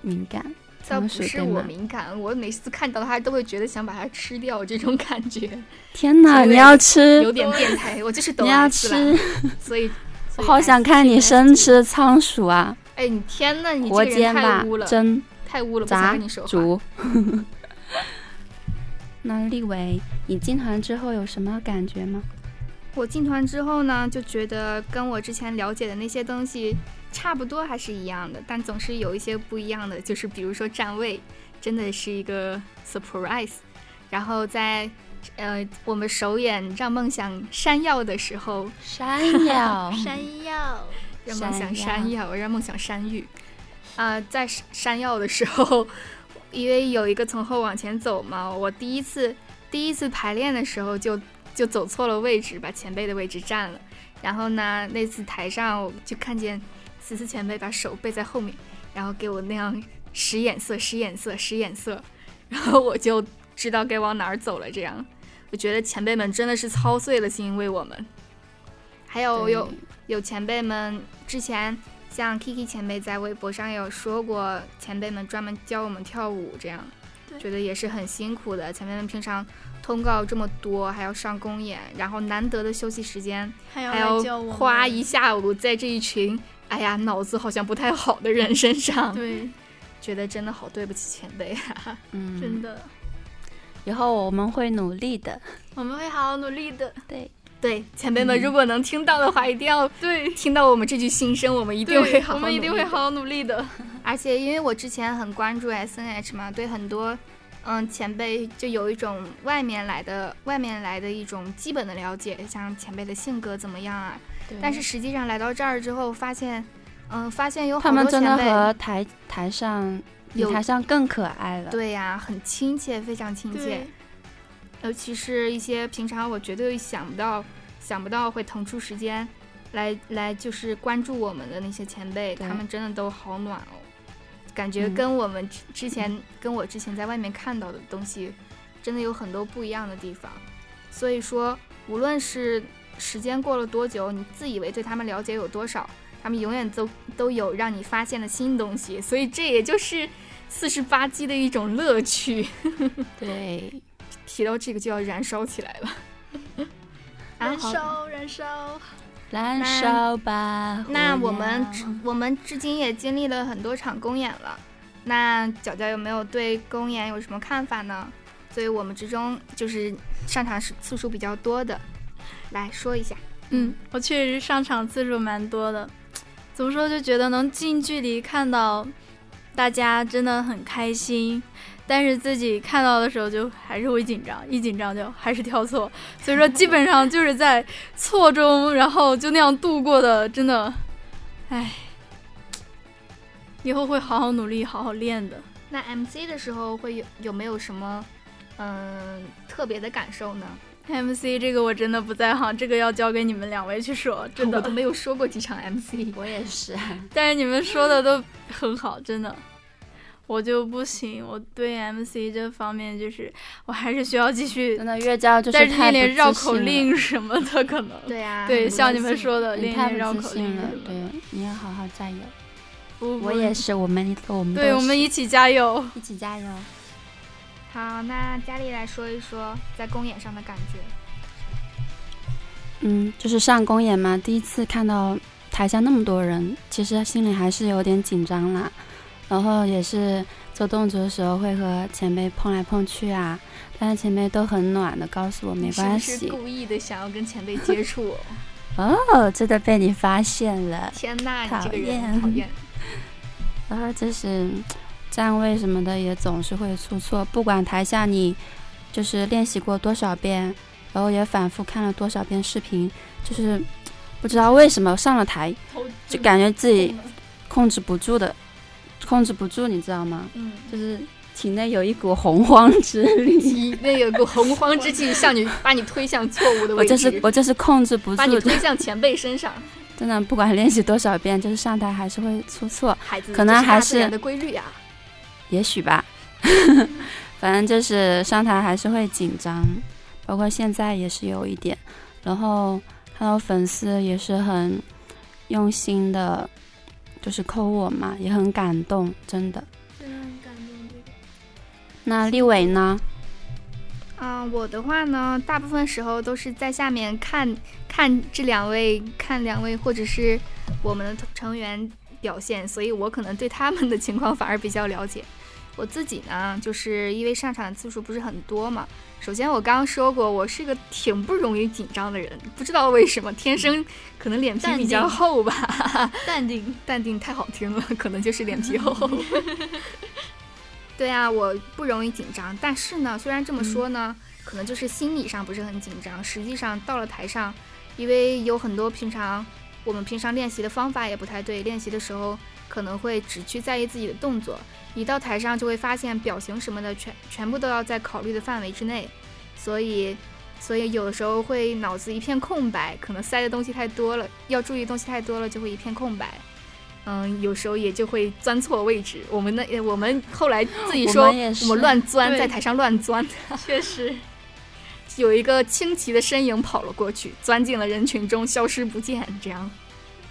Speaker 2: 敏感。
Speaker 1: 倒不
Speaker 2: 仓鼠
Speaker 1: 是
Speaker 2: 对
Speaker 1: 我
Speaker 2: 吗？
Speaker 1: 敏感，我每次看到它都会觉得想把它吃掉，这种感 觉
Speaker 2: 天
Speaker 1: 之
Speaker 2: 哪，
Speaker 1: 类
Speaker 2: 你
Speaker 1: 的
Speaker 2: 要吃
Speaker 1: 有，点变态。我就是抖
Speaker 2: 你要
Speaker 1: S
Speaker 2: 吃
Speaker 1: 了，，所以
Speaker 2: 我啊好想看你。
Speaker 1: 所以 S
Speaker 2: 生吃仓鼠啊！
Speaker 1: 哎，你天呐，你
Speaker 2: 活
Speaker 1: 这个
Speaker 2: 煎
Speaker 1: 人
Speaker 2: 吧
Speaker 1: 太污了，，啊
Speaker 2: 蒸
Speaker 1: 太污了，不想
Speaker 2: 炸
Speaker 1: 跟你说话。
Speaker 2: 煮。 那立伟，你进团之后有什么感觉吗？
Speaker 1: 我进团之后呢，就觉得跟我之前了解的那些东西差不多还是一样的，但总是有一些不一样的，就是比如说站位，真的是一个 surprise。然后在呃我们首演《让梦想山药》的时候，
Speaker 2: 山 药
Speaker 4: 哎
Speaker 5: 山药，
Speaker 1: 让梦想山
Speaker 2: 山
Speaker 1: 药，让梦想山芋。啊、在山山药的时候， 因为有一个从后往前走嘛，我第一次第一次排练的时候就就走错了位置，把前辈的位置占了。然后呢，那次台上我就看见思思前辈把手背在后面，然后给我那样使眼色、使眼色、使眼色， 然后我就知道该往哪儿走了。这样，我觉得前辈们真的是操碎了心为我们。还有哦有有前辈们之前，像 Kiki 前辈在微博上有说过，前辈们专门教我们跳舞，这样
Speaker 4: 对
Speaker 1: 觉得也是很辛苦的。前辈们平常通告这么多，还要上公演，然后难得的休息时间，
Speaker 4: 还
Speaker 1: 还要花一下午在这一群哎呀脑子好像不太好的人身上，
Speaker 4: 对，
Speaker 1: 觉得真的好对不起前辈。
Speaker 2: 嗯，
Speaker 4: 真的，
Speaker 2: 以后我们会努力的。
Speaker 4: 我们会好好努力的。
Speaker 2: 对，
Speaker 1: 对前辈们，如果能听到的话，一定要
Speaker 4: 嗯对，
Speaker 1: 听到我们这句心声，我们一
Speaker 4: 一
Speaker 1: 定会好好
Speaker 4: 我们一定
Speaker 1: 努力
Speaker 4: 会
Speaker 1: 的
Speaker 4: 好好努力的。
Speaker 1: 而且因为我之前很关注 S N H 嘛，对很多嗯前辈就有一种外面来的外面来的一种基本的了解，像前辈的性格怎么样啊。但是实际上来到这儿之后，发现嗯发现有
Speaker 2: 他
Speaker 1: 好
Speaker 2: 们
Speaker 1: 多
Speaker 2: 真的
Speaker 1: 前
Speaker 2: 和
Speaker 1: 辈。
Speaker 2: 台台上比
Speaker 1: 有
Speaker 2: 台上更可爱了。
Speaker 1: 对呀、很亲切，非常亲切
Speaker 4: 对。，
Speaker 1: 尤其是一些平常我绝对想不到、想不到会腾出时间来来就是关注我们的那些前辈，
Speaker 2: 对
Speaker 1: 他们真的都好暖哦，感觉
Speaker 2: 嗯
Speaker 1: 跟我们之之前、跟我之前在外面看到的东西，真的有很多不一样的地方。所以说，无论是时间过了多久，你自以为对他们了解有多少，他们永远都都有让你发现的新东西。所以这也就是四十八计的一种乐趣。
Speaker 2: 对，
Speaker 1: 提到这个就要燃烧起来了。 啊
Speaker 4: 燃
Speaker 1: 好
Speaker 4: 烧，燃烧，
Speaker 2: 燃
Speaker 1: 那
Speaker 2: 烧吧！
Speaker 1: 那
Speaker 2: 火
Speaker 1: 我们
Speaker 2: 苗
Speaker 1: 至我们至今也经历了很多场公演了，那角角有没有对公演有什么看法呢？作为我们之中就是上场时次数比较多的，来说一下。
Speaker 4: 嗯，我确实上场次数蛮多的，怎么说就觉得能近距离看到大家真的很开心，但是自己看到的时候就还是会紧张，一紧张就还是跳错，所以说基本上就是在错中，然后就那样度过的，真的，唉，以后会好好努力，好好练的。
Speaker 1: 那 MC 的时候会有有没有什么嗯、特别的感受呢？
Speaker 4: MC 这个我真的不在行，这个要交给你们两位去说，真
Speaker 1: 我
Speaker 4: 的
Speaker 1: 都。没有说过几场 MC。
Speaker 2: 我也是，
Speaker 4: 但是你们说的都很好，真的，我就不行，我对 MC 这方面就是，我还是需要继续
Speaker 2: 真，的越教就是
Speaker 4: 但是
Speaker 2: 太
Speaker 4: 练
Speaker 2: 不
Speaker 4: 练
Speaker 2: 自
Speaker 4: 绕
Speaker 2: 信
Speaker 4: 口
Speaker 2: 了，
Speaker 4: 令什么的，可能
Speaker 1: 对啊，
Speaker 4: 对
Speaker 1: 很不
Speaker 4: 像你
Speaker 1: 自
Speaker 4: 们
Speaker 1: 信
Speaker 4: 说的
Speaker 2: 你
Speaker 4: 练
Speaker 2: 太
Speaker 4: 练绕
Speaker 2: 不自
Speaker 4: 口令
Speaker 2: 信了
Speaker 4: 什么。的，
Speaker 2: 对，你要好好加油。
Speaker 4: 不，
Speaker 2: 我
Speaker 4: 不
Speaker 2: 也，是，我们我们
Speaker 4: 对
Speaker 2: 都
Speaker 4: 我们
Speaker 2: 是
Speaker 4: 一起加油。
Speaker 2: 一起加油。
Speaker 1: 好，那佳丽来说一说在公演上的感觉。
Speaker 2: 嗯，就是上公演嘛，第一次看到台下那么多人，其实心里还是有点紧张啦。然后也是做动作的时候会和前辈碰来碰去啊，但是前辈都很暖的告诉我没
Speaker 1: 你
Speaker 2: 关
Speaker 1: 是不
Speaker 2: 系
Speaker 1: 是。故意的想要跟前辈接触 哦？
Speaker 2: 哦，真的被你发现了。
Speaker 1: 天呐，你
Speaker 2: 讨
Speaker 1: 这个人
Speaker 2: 厌
Speaker 1: 讨厌！
Speaker 2: 然后就是嗯站位什么的也总是会出错，不管台下你就是练习过多少遍，然后也反复看了多少遍视频，就是不知道为什么上了台就感觉自己控制不住的，控制不住，你知道吗？
Speaker 1: 嗯，
Speaker 2: 就是体内有一股洪荒之 力，
Speaker 1: 你那有股洪荒之气向你把你推向错误的
Speaker 2: 我
Speaker 1: 位置，
Speaker 2: 就是我就是控制不
Speaker 1: 把你
Speaker 2: 住，
Speaker 1: 推向前辈身上。
Speaker 2: 真的不管练习多少遍，就是上台还是会出错。
Speaker 1: 孩子，
Speaker 2: 可能
Speaker 1: 这是大
Speaker 2: 还
Speaker 1: 自然
Speaker 2: 是
Speaker 1: 的规律啊。
Speaker 2: 也许吧， 反正就是上台还是会紧张，包括现在也是有一点。然后看到粉丝也是很用心的，就是扣我嘛，也很感动，真的。那立伟呢？
Speaker 1: 嗯，我的话呢，大部分时候都是在下面看看这两位，看两位或者是我们的成员表现，所以我可能对他们的情况反而比较了解。我自己呢，就是因为上场的次数不是很多嘛。首先，我刚刚说过，我是个挺不容易紧张的人，不知道为什么，天生可能脸皮比较
Speaker 4: 淡定
Speaker 1: 厚吧。
Speaker 4: 淡定，
Speaker 1: 淡定太好听了，可能就是脸皮 厚。对啊，我不容易紧张，但是呢，虽然这么说呢，
Speaker 4: 嗯
Speaker 1: 可能就是心理上不是很紧张，实际上到了台上，因为有很多平常我们平常练习的方法也不太对，练习的时候可能会只去在意自己的动作，一到台上就会发现表情什么的全全部都要在考虑的范围之内，所以。所以有的时候会脑子一片空白，可能塞的东西太多了，要注意的东西太多了，就会一片空白。嗯，有时候也就会钻错位置。我们那我们后来自己说，
Speaker 2: 我
Speaker 1: 我
Speaker 2: 们也是
Speaker 1: 们乱钻，
Speaker 4: 对
Speaker 1: 在台上乱钻，
Speaker 4: 确实，
Speaker 1: 有一个清奇的身影跑了过去，钻进了人群中，消失不见。这样，嗯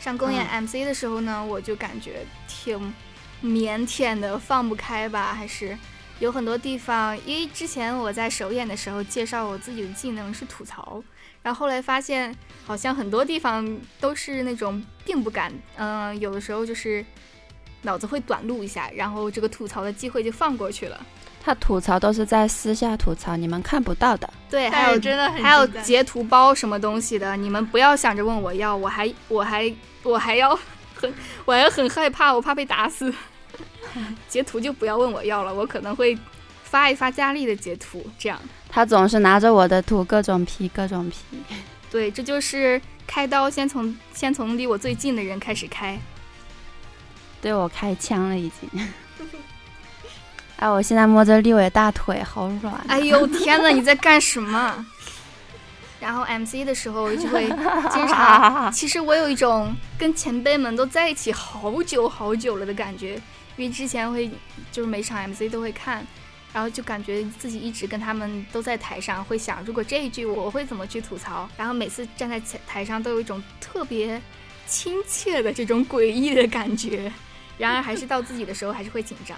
Speaker 1: 上公演 MC 的时候呢，我就感觉挺腼腆的，放不开吧，还是有很多地方。因为之前我在首演的时候介绍我自己的技能是吐槽，然后后来发现好像很多地方都是那种并不敢，嗯、有的时候就是脑子会短路一下，然后这个吐槽的机会就放过去了。
Speaker 2: 他吐槽都是在私下吐槽，你们看不到的。
Speaker 1: 对，还
Speaker 4: 但
Speaker 1: 有
Speaker 4: 是真的很
Speaker 1: 还有
Speaker 4: 自在
Speaker 1: 截图包什么东西的，你们不要想着问我要，我还我还我还要 很我还很害怕，我怕被打死。 截图就不要问我要了，我可能会发一发佳丽的截图，这样。
Speaker 2: 他总是拿着我的图各种 P 各种 P，
Speaker 1: 对，这就是开刀，先从先从离我最近的人开始开。
Speaker 2: 对我开枪了已经。哎，我现在摸着立伟大腿，好软。
Speaker 1: 哎呦天呐，你在干什么？然后 MC 的时候就会经常，其实我有一种跟前辈们都在一起好久好久了的感觉，因为之前会就是每场 MC 都会看，然后就感觉自己一直跟他们都在台上，会想如果这一句我会怎么去吐槽，然后每次站在前台上都有一种特别亲切的这种诡异的感觉， 然而还是到自己的时候还是会紧张。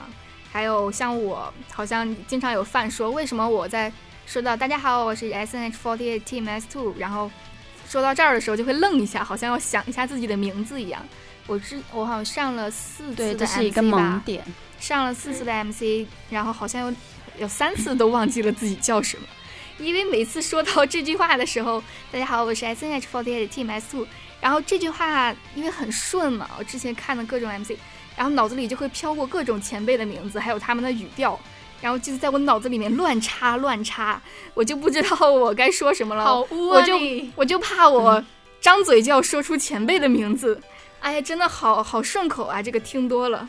Speaker 1: 还有像我，好像经常有饭说，为什么我在说到大家好，我是 S N H forty eight Team S two，然后说到这儿的时候就会愣一下，好像要想一下自己的名字一样。我之我好像上了四次
Speaker 2: 对，
Speaker 1: 的
Speaker 2: 这
Speaker 1: MC
Speaker 2: 是一个
Speaker 1: 吧
Speaker 2: 萌点。
Speaker 1: 上了四次的 MC，然后好像有有三次都忘记了自己叫什么，因为每次说到这句话的时候，大家好，我是 S N H forty eight Team S two，然后这句话因为很顺嘛，我之前看的各种 MC，然后脑子里就会飘过各种前辈的名字，还有他们的语调。然后就是在我脑子里面乱插乱插，我就不知道我该说什么了。
Speaker 4: 好污
Speaker 1: 我
Speaker 4: 啊
Speaker 1: 就
Speaker 4: 你！
Speaker 1: 我就怕我张嘴就要说出前辈的名字，哎呀，真的好好顺口啊！这个听多了。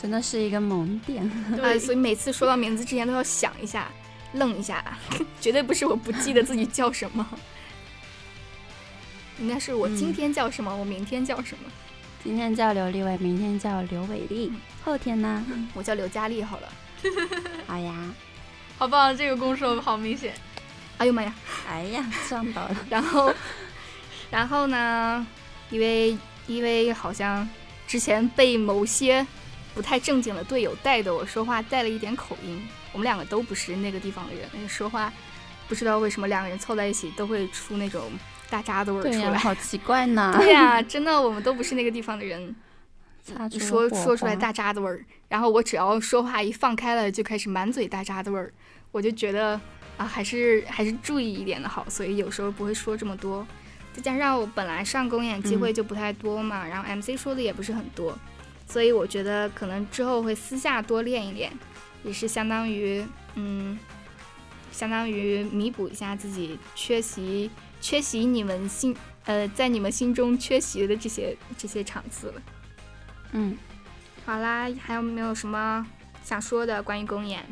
Speaker 2: 真的是一个萌点，
Speaker 1: 哎，
Speaker 4: 对，
Speaker 1: 所以每次说到名字之前都要想一下，愣一下， 绝对不是我不记得自己叫什么，应该是我
Speaker 2: 嗯
Speaker 1: 今天叫什么，我明天叫什么，
Speaker 2: 今天叫刘立伟，明天叫刘伟丽，后天呢？
Speaker 1: 我叫刘佳丽好了。
Speaker 2: 好呀，
Speaker 4: 好棒，这个攻受好明显。
Speaker 1: 哎呦妈呀！
Speaker 2: 哎呀，撞到 了。
Speaker 1: 然后，然后呢，因为因为好像之前被某些不太正经的队友带的，我说话带了一点口音。我们两个都不是那个地方的人，说话不知道为什么两个人凑在一起都会出那种大渣子味儿
Speaker 2: 对
Speaker 1: 出
Speaker 2: 呀、
Speaker 1: 来。
Speaker 2: 好奇怪 呢。
Speaker 1: 对呀、真的，我们都不是那个地方的人，
Speaker 2: 擦
Speaker 1: 你
Speaker 2: 出了
Speaker 1: 说
Speaker 2: 火
Speaker 1: 说出来
Speaker 2: 花
Speaker 1: 大渣的味儿。然后我只要说话一放开了，就开始满嘴大渣的味儿，我就觉得啊，还是还是注意一点的好。所以有时候不会说这么多，再加上我本来上公演
Speaker 2: 嗯
Speaker 1: 机会就不太多嘛，然后 MC 说的也不是很多，所以我觉得可能之后会私下多练一练，也是相当于嗯，相当于弥补一下自己缺席缺席你们心呃在你们心中缺席的这些这些场次了。
Speaker 2: 嗯，
Speaker 1: 好啦，还有没有什么想说的关于公演？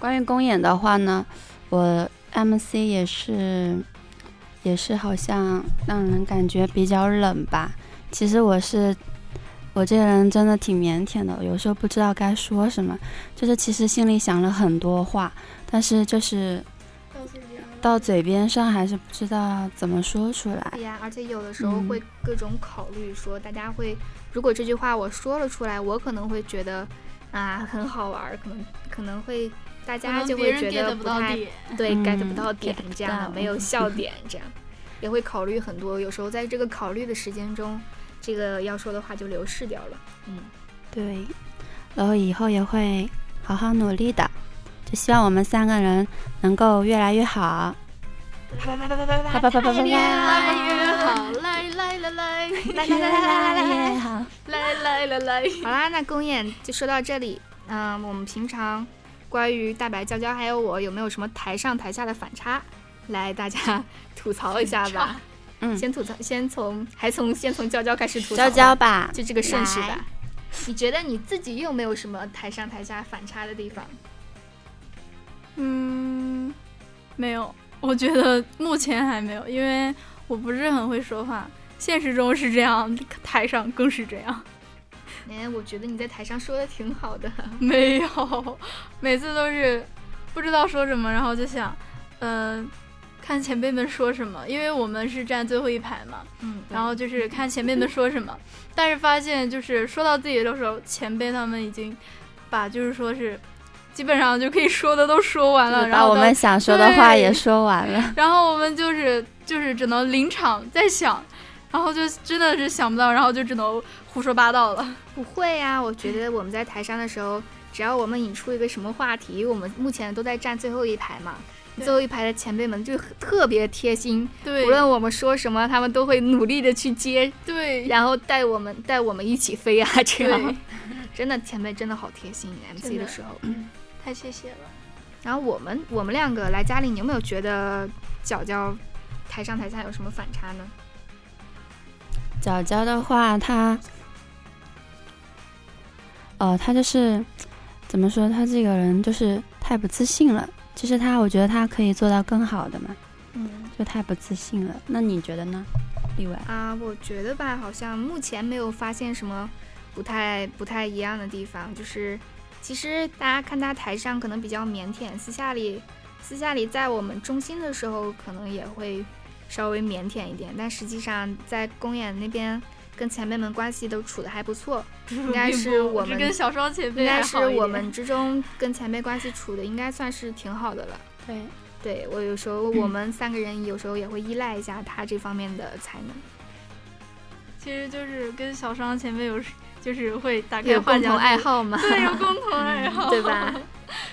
Speaker 2: 关于公演的话呢，我 MC 也是，也是好像让人感觉比较冷吧。其实我是，我这个人真的挺腼腆的，有时候不知道该说什么，就是其实心里想了很多话，但是就是到嘴边上还是不知道怎么说出来
Speaker 1: 哎。呀，而且有的时候
Speaker 4: 嗯
Speaker 1: 会各种考虑，说大家会，如果这句话我说了出来，我可能会觉得啊很好玩儿，可能可能会大
Speaker 4: 可
Speaker 1: 家
Speaker 4: 能
Speaker 1: 就
Speaker 4: 别
Speaker 1: 会
Speaker 4: 人
Speaker 1: 觉
Speaker 4: get
Speaker 1: 得
Speaker 4: 不
Speaker 1: 不
Speaker 4: 到
Speaker 1: 太
Speaker 4: 点，
Speaker 1: 对
Speaker 2: 嗯
Speaker 1: get 不到点
Speaker 2: get 不
Speaker 1: 这样的，
Speaker 2: 到
Speaker 1: 没有笑点这样，也会考虑很多。有时候在这个考虑的时间中，这个要说的话就流逝掉了。嗯，
Speaker 2: 对，然后以后也会好好努力的，就希望我们三个人能够越来越好。啪啪啪啪啪
Speaker 4: 哎
Speaker 2: 啪啪
Speaker 4: 越来越好，来来来来
Speaker 1: 来
Speaker 2: 越来越好。
Speaker 4: 来来来来，
Speaker 1: 好啦，那公演就说到这里。嗯，我们平常关于大白、娇娇还有我有没有什么台上台下的反差，来大家 吐槽一下吧。
Speaker 2: 嗯
Speaker 1: 先吐槽，先从还从先从娇娇开始吐槽。
Speaker 2: 娇娇，吧，
Speaker 1: 就这个顺序
Speaker 5: 来
Speaker 1: 吧。你觉得你自己有没有什么台上台下反差的地方？
Speaker 4: 嗯，没有，我觉得目前还没有，因为我不是很会说话，现实中是这样，台上更是这样。
Speaker 1: 哎，我觉得你在台上说的挺好的。
Speaker 4: 没有，每次都是不知道说什么，然后就想，嗯、看前辈们说什么，因为我们是站最后一排嘛，
Speaker 1: 嗯，
Speaker 4: 然后就是看前辈们说什么，但是发现就是说到自己的时候，前辈他们已经把就是说是基本上就可以说的都说完了，然
Speaker 2: 把
Speaker 4: 后
Speaker 2: 我
Speaker 4: 到
Speaker 2: 们想说的话也说完了。
Speaker 4: 然后我们就是就是只能临场在想，然后就真的是想不到，然后就只能胡说八道了。
Speaker 1: 不会呀、 我觉得我们在台上的时候，只要我们引出一个什么话题，我们目前都在站最后一排嘛。
Speaker 4: 对
Speaker 1: 最后一排的前辈们就很特别贴心，
Speaker 4: 对，
Speaker 1: 无论我们说什么，他们都会努力的去接，
Speaker 4: 对
Speaker 1: 然后带我们带我们一起飞啊！ 这
Speaker 4: 对
Speaker 1: 样，真的前辈真的好贴心，MC
Speaker 4: 真的
Speaker 1: 的时候。
Speaker 4: 太谢谢了。
Speaker 1: 然后我们我们两个来家里，你有没有觉得角角台上台下有什么反差呢？
Speaker 2: 娇娇的话，她，呃，她就是怎么说，他这个人就是太不自信了。其实他，我觉得他可以做到更好的嘛，
Speaker 1: 嗯
Speaker 2: 就太不自信了。那你觉得呢，例外？
Speaker 1: 啊，我觉得吧，好像目前没有发现什么不太不太一样的地方，就是其实大家看他台上可能比较腼腆，私下里私下里在我们中心的时候可能也会稍微腼腆一点，但实际上在公演那边跟前辈们关系都处的还不错，应该是我
Speaker 4: 这
Speaker 1: 们
Speaker 4: 跟小时候前辈
Speaker 1: 应该
Speaker 4: 还
Speaker 1: 是
Speaker 4: 好一
Speaker 1: 我
Speaker 4: 点
Speaker 1: 们之中跟前辈关系处的应该算是挺好的了。
Speaker 2: 对，
Speaker 1: 对我有时候
Speaker 4: 嗯
Speaker 1: 我们三个人有时候也会依赖一下他这方面的才能，
Speaker 4: 其实就是跟小商前辈有时就是会大概
Speaker 1: 有
Speaker 4: 话
Speaker 1: 共
Speaker 4: 讲
Speaker 1: 同爱好嘛，
Speaker 4: 对，有共同爱 好，
Speaker 1: 对吧？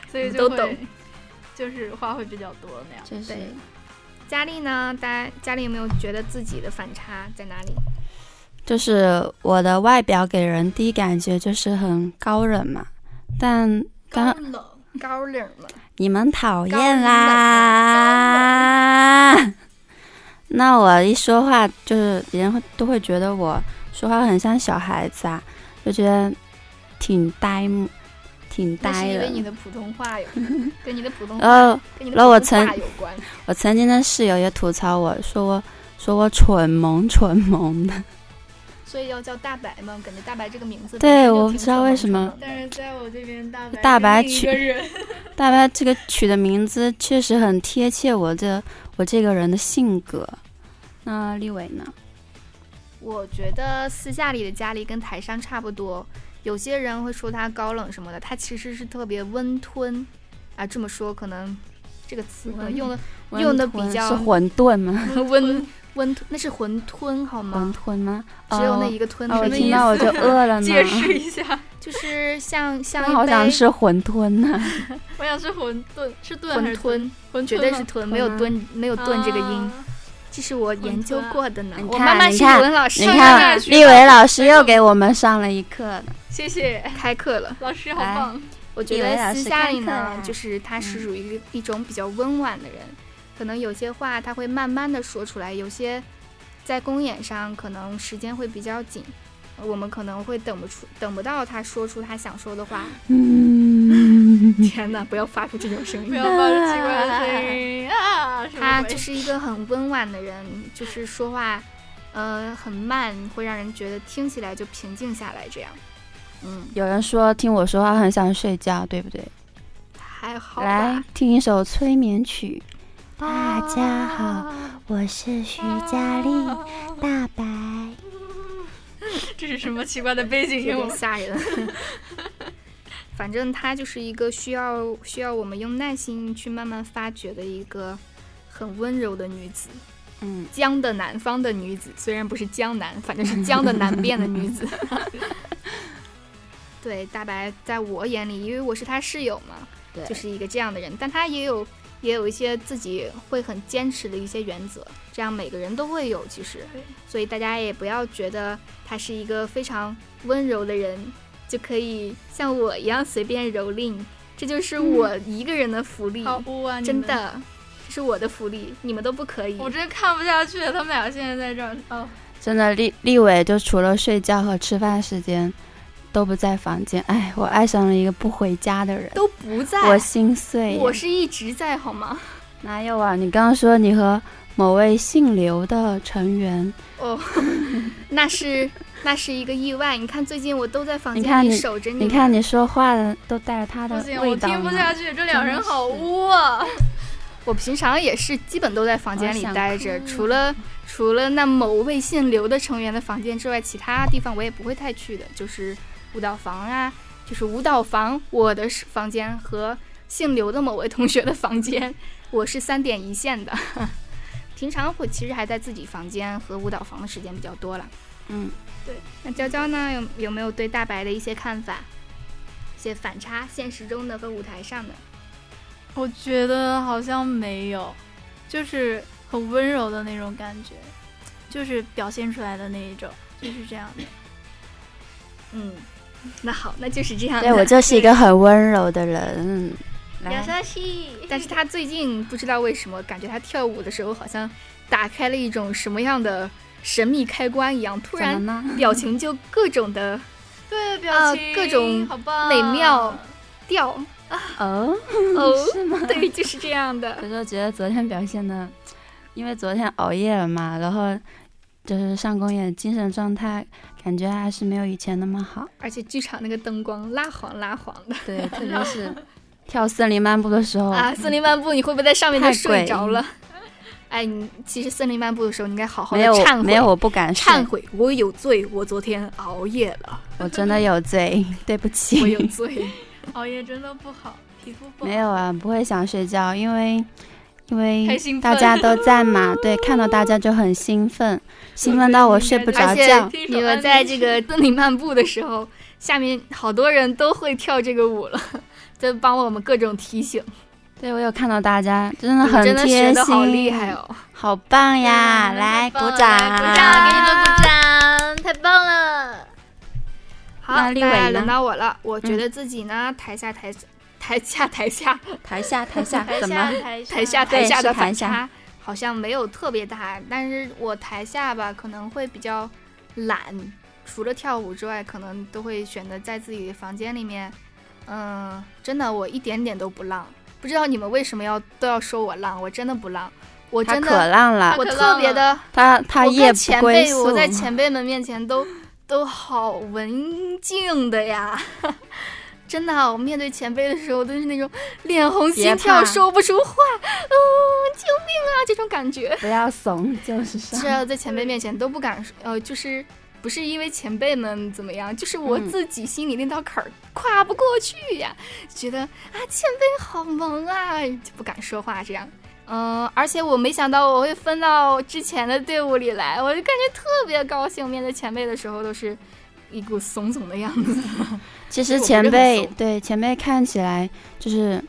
Speaker 4: 所以就
Speaker 1: 都
Speaker 4: 会
Speaker 1: 懂
Speaker 4: 就是话会比较多那样。
Speaker 2: 就是
Speaker 1: 对佳丽呢？大家佳丽有没有觉得自己的反差在哪里？
Speaker 2: 就是我的外表给人第一感觉就是很高冷嘛，但当
Speaker 4: 冷，
Speaker 1: 高冷嘛，
Speaker 2: 你们讨
Speaker 1: 高冷
Speaker 2: 厌啦。 那我一说话，就是别人会都会觉得我说话很像小孩子啊，就觉得挺呆木，挺
Speaker 1: 那是
Speaker 2: 呆
Speaker 1: 因为你
Speaker 2: 的。
Speaker 1: 的普通 话有，跟你的普通
Speaker 2: 然后
Speaker 1: 跟你的
Speaker 2: 然后我
Speaker 1: 普通话
Speaker 2: 曾
Speaker 1: 有关。
Speaker 2: 我曾经的室友也吐槽我说我说我蠢萌 蠢萌的，
Speaker 1: 所以要叫大白嘛，感觉大白这个名字
Speaker 2: 对
Speaker 1: 本身就
Speaker 2: 我不
Speaker 1: 挺
Speaker 2: 知道
Speaker 1: 小
Speaker 2: 为
Speaker 1: 众
Speaker 2: 什么
Speaker 1: 的
Speaker 4: 但是在我这边大白
Speaker 2: 大白
Speaker 4: 跟另一
Speaker 2: 去
Speaker 4: 个人，
Speaker 2: 大白这个取的名字确实很贴切我这我这个人的性格。那立伟呢？
Speaker 1: 我觉得私下里的佳丽跟台上差不多，有些人会说她高冷什么的，她其实是特别温吞啊。这么说可能这个词可能用的用的比
Speaker 2: 温吞
Speaker 1: 较
Speaker 2: 是混沌吗？
Speaker 1: 温温吞，那是馄饨好
Speaker 2: 馄
Speaker 1: 吗？
Speaker 2: 饨吗？
Speaker 1: 嗯只有那
Speaker 2: 哦
Speaker 1: 一个吞
Speaker 2: 哦，我
Speaker 1: 是
Speaker 2: 听
Speaker 1: 意
Speaker 2: 到
Speaker 1: 思，
Speaker 2: 我就 饿了呢。
Speaker 4: 解释一下，
Speaker 1: 就是像像
Speaker 2: 我好
Speaker 1: 一杯
Speaker 2: 想吃馄饨呢、
Speaker 4: 我想吃馄饨，是炖还
Speaker 1: 馄
Speaker 4: 是炖？
Speaker 1: 饨，
Speaker 4: 馄饨
Speaker 1: 绝对
Speaker 4: 吗
Speaker 1: 是吞，没有
Speaker 2: 吗
Speaker 1: 蹲没有顿这个音，
Speaker 4: 啊
Speaker 1: 这是我研究
Speaker 4: 馄饨啊
Speaker 1: 过的呢
Speaker 2: 你。
Speaker 1: 我
Speaker 2: 看
Speaker 1: 妈妈
Speaker 2: 你
Speaker 1: 是语
Speaker 2: 看
Speaker 1: 文老师
Speaker 2: 你
Speaker 1: 呢，
Speaker 2: 看，
Speaker 4: 学
Speaker 2: 立伟老师又给我们上了一课。
Speaker 4: 谢谢
Speaker 1: 开课了。
Speaker 4: 老师，好
Speaker 2: 来
Speaker 4: 棒！
Speaker 1: 我觉
Speaker 2: 以为
Speaker 1: 得
Speaker 2: 老
Speaker 1: 私
Speaker 2: 师
Speaker 1: 下里
Speaker 2: 看课
Speaker 1: 呢
Speaker 2: 啦，
Speaker 1: 就是他是
Speaker 2: 嗯
Speaker 1: 属于一种比较温婉的人，可能有些话他会慢慢的说出来，有些在公演上可能时间会比较紧，我们可能会等不出等不到他说出他想说的 话。
Speaker 2: 嗯，
Speaker 1: 天哪，不要发出这种声
Speaker 4: 不
Speaker 1: 音
Speaker 4: 要！发出奇怪的声音啊！ 什么
Speaker 1: 他
Speaker 4: 鬼
Speaker 1: 就是一个很温婉的人，就是说话，呃，很慢，会让人觉得听起来就平静下来这样。嗯，
Speaker 2: 有人说听我说话很想睡觉，对不对？
Speaker 1: 还好
Speaker 2: 来
Speaker 1: 吧。
Speaker 2: 听一首催眠曲。
Speaker 1: 啊
Speaker 2: 大家好，我是徐佳丽，大白。
Speaker 4: 这是什么奇怪的背景音？
Speaker 1: 有
Speaker 4: 我
Speaker 1: 点吓人。 反正它就是一个需要需要我们用耐心去慢慢发掘的一个很温柔的女子，
Speaker 2: 嗯，
Speaker 1: 江的南方的女子，虽然不是江南，反正是江的南边的女 子。对，大白在我眼里，因为我是她室友嘛，
Speaker 2: 对
Speaker 1: 就是一个这样的人，但她也有也有一些自己会很坚持的一些原则，这样每个人都会有，其实
Speaker 4: 对，
Speaker 1: 所以大家也不要觉得她是一个非常温柔的人，就可以像我一样随便蹂躏，这就是我一个人的福利，
Speaker 4: 嗯好污啊！你
Speaker 1: 真
Speaker 4: 们，
Speaker 1: 的，这是我的福利，你们都不可以。
Speaker 4: 我真看不下去了。他们俩现在在这儿，哦，
Speaker 2: 真的，立立伟就除了睡觉和吃饭时间都不在房间。哎，我爱上了一个不回家的人，
Speaker 1: 都不在，
Speaker 2: 我心碎呀。
Speaker 1: 我是一直在好吗？
Speaker 2: 哪有啊？你刚刚说你和某位姓刘的成员，
Speaker 1: 那是那是一个意外。你看最近我都在房
Speaker 2: 你
Speaker 1: 间
Speaker 2: 看
Speaker 1: 里
Speaker 2: 你
Speaker 1: 守着
Speaker 2: 你
Speaker 1: 们
Speaker 2: 看你说话的都带着他的
Speaker 4: 嗯不行，我
Speaker 2: 味道
Speaker 4: 听不
Speaker 2: 呢
Speaker 4: 下去，这俩人好
Speaker 2: 真的是
Speaker 4: 污啊！
Speaker 1: 我平常也是基本都在房间里
Speaker 2: 我想
Speaker 1: 待着，
Speaker 2: 哭
Speaker 1: 除了除了那某位姓刘的成员的房间之外，其他地方我也不会太去的，就是舞蹈房啊，就是舞蹈房我的是房间和姓刘的某位同学的房间，我是三点一线的。 平常我其实还在自己房间和舞蹈房的时间比较多了。
Speaker 2: 嗯，
Speaker 1: 那娇娇呢，有有没有对大白的一些看法？一些反差，现实中的和舞台上的。
Speaker 4: 我觉得好像没有，就是很温柔的那种感觉，就是表现出来的那一种，就是这样的。
Speaker 1: 嗯， 那好，那就是这
Speaker 4: 嗯
Speaker 1: 样的。
Speaker 2: 对我就是 一个很温柔的 人。
Speaker 5: 有
Speaker 2: 来，
Speaker 5: 消息，
Speaker 1: 但是他最近不知道为什么，感觉他跳舞的时候好像打开了一种什么样的神秘开关一样，突
Speaker 2: 怎么
Speaker 1: 然
Speaker 2: 呢？
Speaker 1: 表情就各种的
Speaker 4: 对，
Speaker 1: 啊
Speaker 4: 表情、
Speaker 1: 各种
Speaker 4: 好棒
Speaker 1: 美妙调。
Speaker 2: 哦，
Speaker 1: 哦，
Speaker 2: 是吗？
Speaker 1: 对，就是这样的。
Speaker 2: 有时候觉得昨天表现的，因为昨天熬夜了嘛，然后就是上公演，精神状态感觉还是没有以前那么好。
Speaker 1: 而且剧场那个灯光蜡黄蜡黄的
Speaker 2: 对，特别是跳森林漫步的时候，
Speaker 1: 啊！森林漫步，你会不会在上面就
Speaker 2: 哦太
Speaker 1: 睡
Speaker 2: 诡
Speaker 1: 着
Speaker 2: 异
Speaker 1: 了？ 哎，你其实森林漫步的时候，你应该好好
Speaker 2: 没
Speaker 1: 的
Speaker 2: 有
Speaker 1: 忏悔，
Speaker 2: 没有，我不敢睡
Speaker 1: 忏，悔，我有罪，我昨天熬夜了，
Speaker 2: 我真的有罪，对不
Speaker 1: 我
Speaker 2: 起。
Speaker 1: 有罪。
Speaker 4: 熬夜真的不好，皮肤不好。
Speaker 2: 没有啊，不会想睡觉，因为因
Speaker 4: 太
Speaker 2: 为
Speaker 4: 兴奋
Speaker 2: 大家都在嘛，对，看到大家就很兴奋，兴奋到我睡不着
Speaker 1: 而
Speaker 2: 觉。
Speaker 1: 且
Speaker 4: 听
Speaker 1: 你
Speaker 4: 说
Speaker 1: 们
Speaker 4: 安
Speaker 1: 在
Speaker 4: 利
Speaker 1: 这个 森林漫步的时候，下面好多人都会跳这个舞了， 在帮我们各种提醒，
Speaker 2: 对，我有看到大家，真的
Speaker 1: 你们
Speaker 2: 很
Speaker 1: 真的
Speaker 2: 贴
Speaker 1: 学的
Speaker 2: 心，
Speaker 1: 好厉害哦！啊
Speaker 2: 好棒呀！
Speaker 4: 嗯
Speaker 2: 来鼓
Speaker 4: 太棒了
Speaker 2: 掌，啊
Speaker 4: 来鼓
Speaker 5: 掌，给你们鼓掌，太棒了！
Speaker 1: 好，
Speaker 2: 那立伟
Speaker 1: 那
Speaker 2: 呢嗯
Speaker 1: 轮到我了，我觉得自己呢，台下台台下台下
Speaker 2: 台下台下
Speaker 4: 台
Speaker 2: 怎
Speaker 4: 下
Speaker 2: 么？
Speaker 4: 台
Speaker 1: 台下
Speaker 2: 对
Speaker 1: 台下
Speaker 2: 是
Speaker 1: 的
Speaker 2: 台
Speaker 1: 反
Speaker 2: 下
Speaker 1: 差好像没有特别大，但是我台下吧可能会比较懒，除了跳舞之外，可能都会选择在自己的房间里面。嗯，真的我一点点都不浪，不知道你们为什么要都要说我浪，我真的不浪，我
Speaker 2: 他
Speaker 1: 真
Speaker 2: 可
Speaker 1: 的
Speaker 2: 浪了，
Speaker 1: 我
Speaker 4: 可
Speaker 1: 特
Speaker 4: 浪
Speaker 1: 别
Speaker 4: 了
Speaker 1: 的，
Speaker 2: 他他
Speaker 1: 我
Speaker 2: 夜
Speaker 1: 跟
Speaker 2: 不
Speaker 1: 前
Speaker 2: 归
Speaker 1: 辈
Speaker 2: 宿。
Speaker 1: 我在前辈们面前都都好文静的呀。 真的啊、我面对前辈的时候都是那种脸红
Speaker 2: 别
Speaker 1: 心跳，
Speaker 2: 怕
Speaker 1: 说不出话，嗯，救命啊，这种感觉。
Speaker 2: 不要怂，就 是上。
Speaker 1: 这在前辈面前都不敢说，呃，就是不是因为前辈们怎么样，就是我
Speaker 2: 嗯
Speaker 1: 自己心里那道坎儿跨不过去呀，觉得啊前辈好萌啊，就不敢说话这样。嗯，而且我没想到我会分到之前的队伍里来，我就感觉特别高兴。面对前辈的时候，都是一股怂怂的样子。
Speaker 2: 其
Speaker 1: 我
Speaker 2: 实
Speaker 1: 不
Speaker 2: 前
Speaker 1: 认
Speaker 2: 辈
Speaker 1: 怂
Speaker 2: 对前辈看起来就是，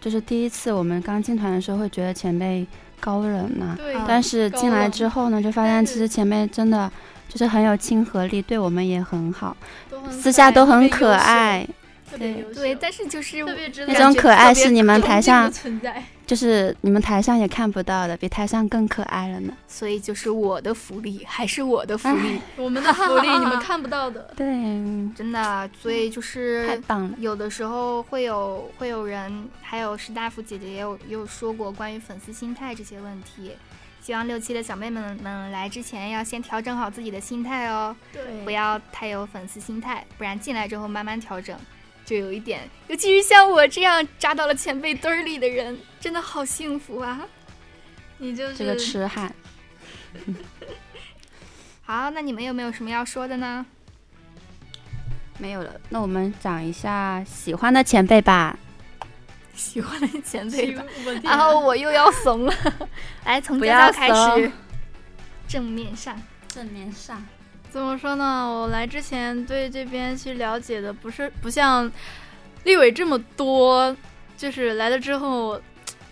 Speaker 2: 就是第一次我们刚进团的时候会觉得前辈高冷嘛，
Speaker 4: 对
Speaker 1: 嗯
Speaker 2: 但是
Speaker 4: 高
Speaker 2: 进来
Speaker 4: 冷
Speaker 2: 之后呢，就发
Speaker 4: 但
Speaker 2: 现
Speaker 4: 是
Speaker 2: 其实前辈真的就是很有亲和力，对我们也很好，
Speaker 4: 都很
Speaker 2: 私下
Speaker 4: 可爱
Speaker 2: 都很
Speaker 4: 特别
Speaker 2: 可
Speaker 4: 优秀
Speaker 2: 爱，
Speaker 4: 特别
Speaker 2: 对
Speaker 4: 优秀
Speaker 1: 对，但是就是
Speaker 4: 特别值得
Speaker 2: 那种
Speaker 1: 觉
Speaker 2: 可
Speaker 1: 特
Speaker 2: 爱
Speaker 1: 别
Speaker 2: 是你们
Speaker 4: 崇敬
Speaker 2: 台
Speaker 4: 的
Speaker 2: 上
Speaker 4: 存在，
Speaker 2: 就是你们台上也看不到的，比台上更可爱了呢。。
Speaker 1: 所以就是我的福利，还是 我的福利，
Speaker 4: 我们的福利你们看不到 的
Speaker 2: 对，
Speaker 1: 真的。所以就是
Speaker 2: 太棒了，
Speaker 1: 有的时候会有会有人，还有史大夫姐姐也有也有说过关于粉丝心态这些问题。希望六七的小妹妹们来之前要先调整好自己的心态哦，
Speaker 4: 对
Speaker 1: 不要太有粉丝心态，不然进来之后慢慢调整，就有一点。尤其是像我这样扎到了前辈堆儿里的人，真的好幸福啊！
Speaker 4: 你就是
Speaker 2: 这个痴汉。
Speaker 1: 好，那你们有没有什么要说的呢？
Speaker 2: 没有了，那我们讲一下喜欢的前辈吧。
Speaker 1: 喜欢的前辈吧，
Speaker 4: 我的
Speaker 1: 然后我又要怂了， 来从
Speaker 2: 不
Speaker 1: 佳
Speaker 2: 要
Speaker 1: 佳开始
Speaker 2: 怂，
Speaker 1: 正面上。
Speaker 2: 正面上，
Speaker 4: 怎么说呢？我来之前对这边去了解的不是不像立伟这么多，就是来了之后，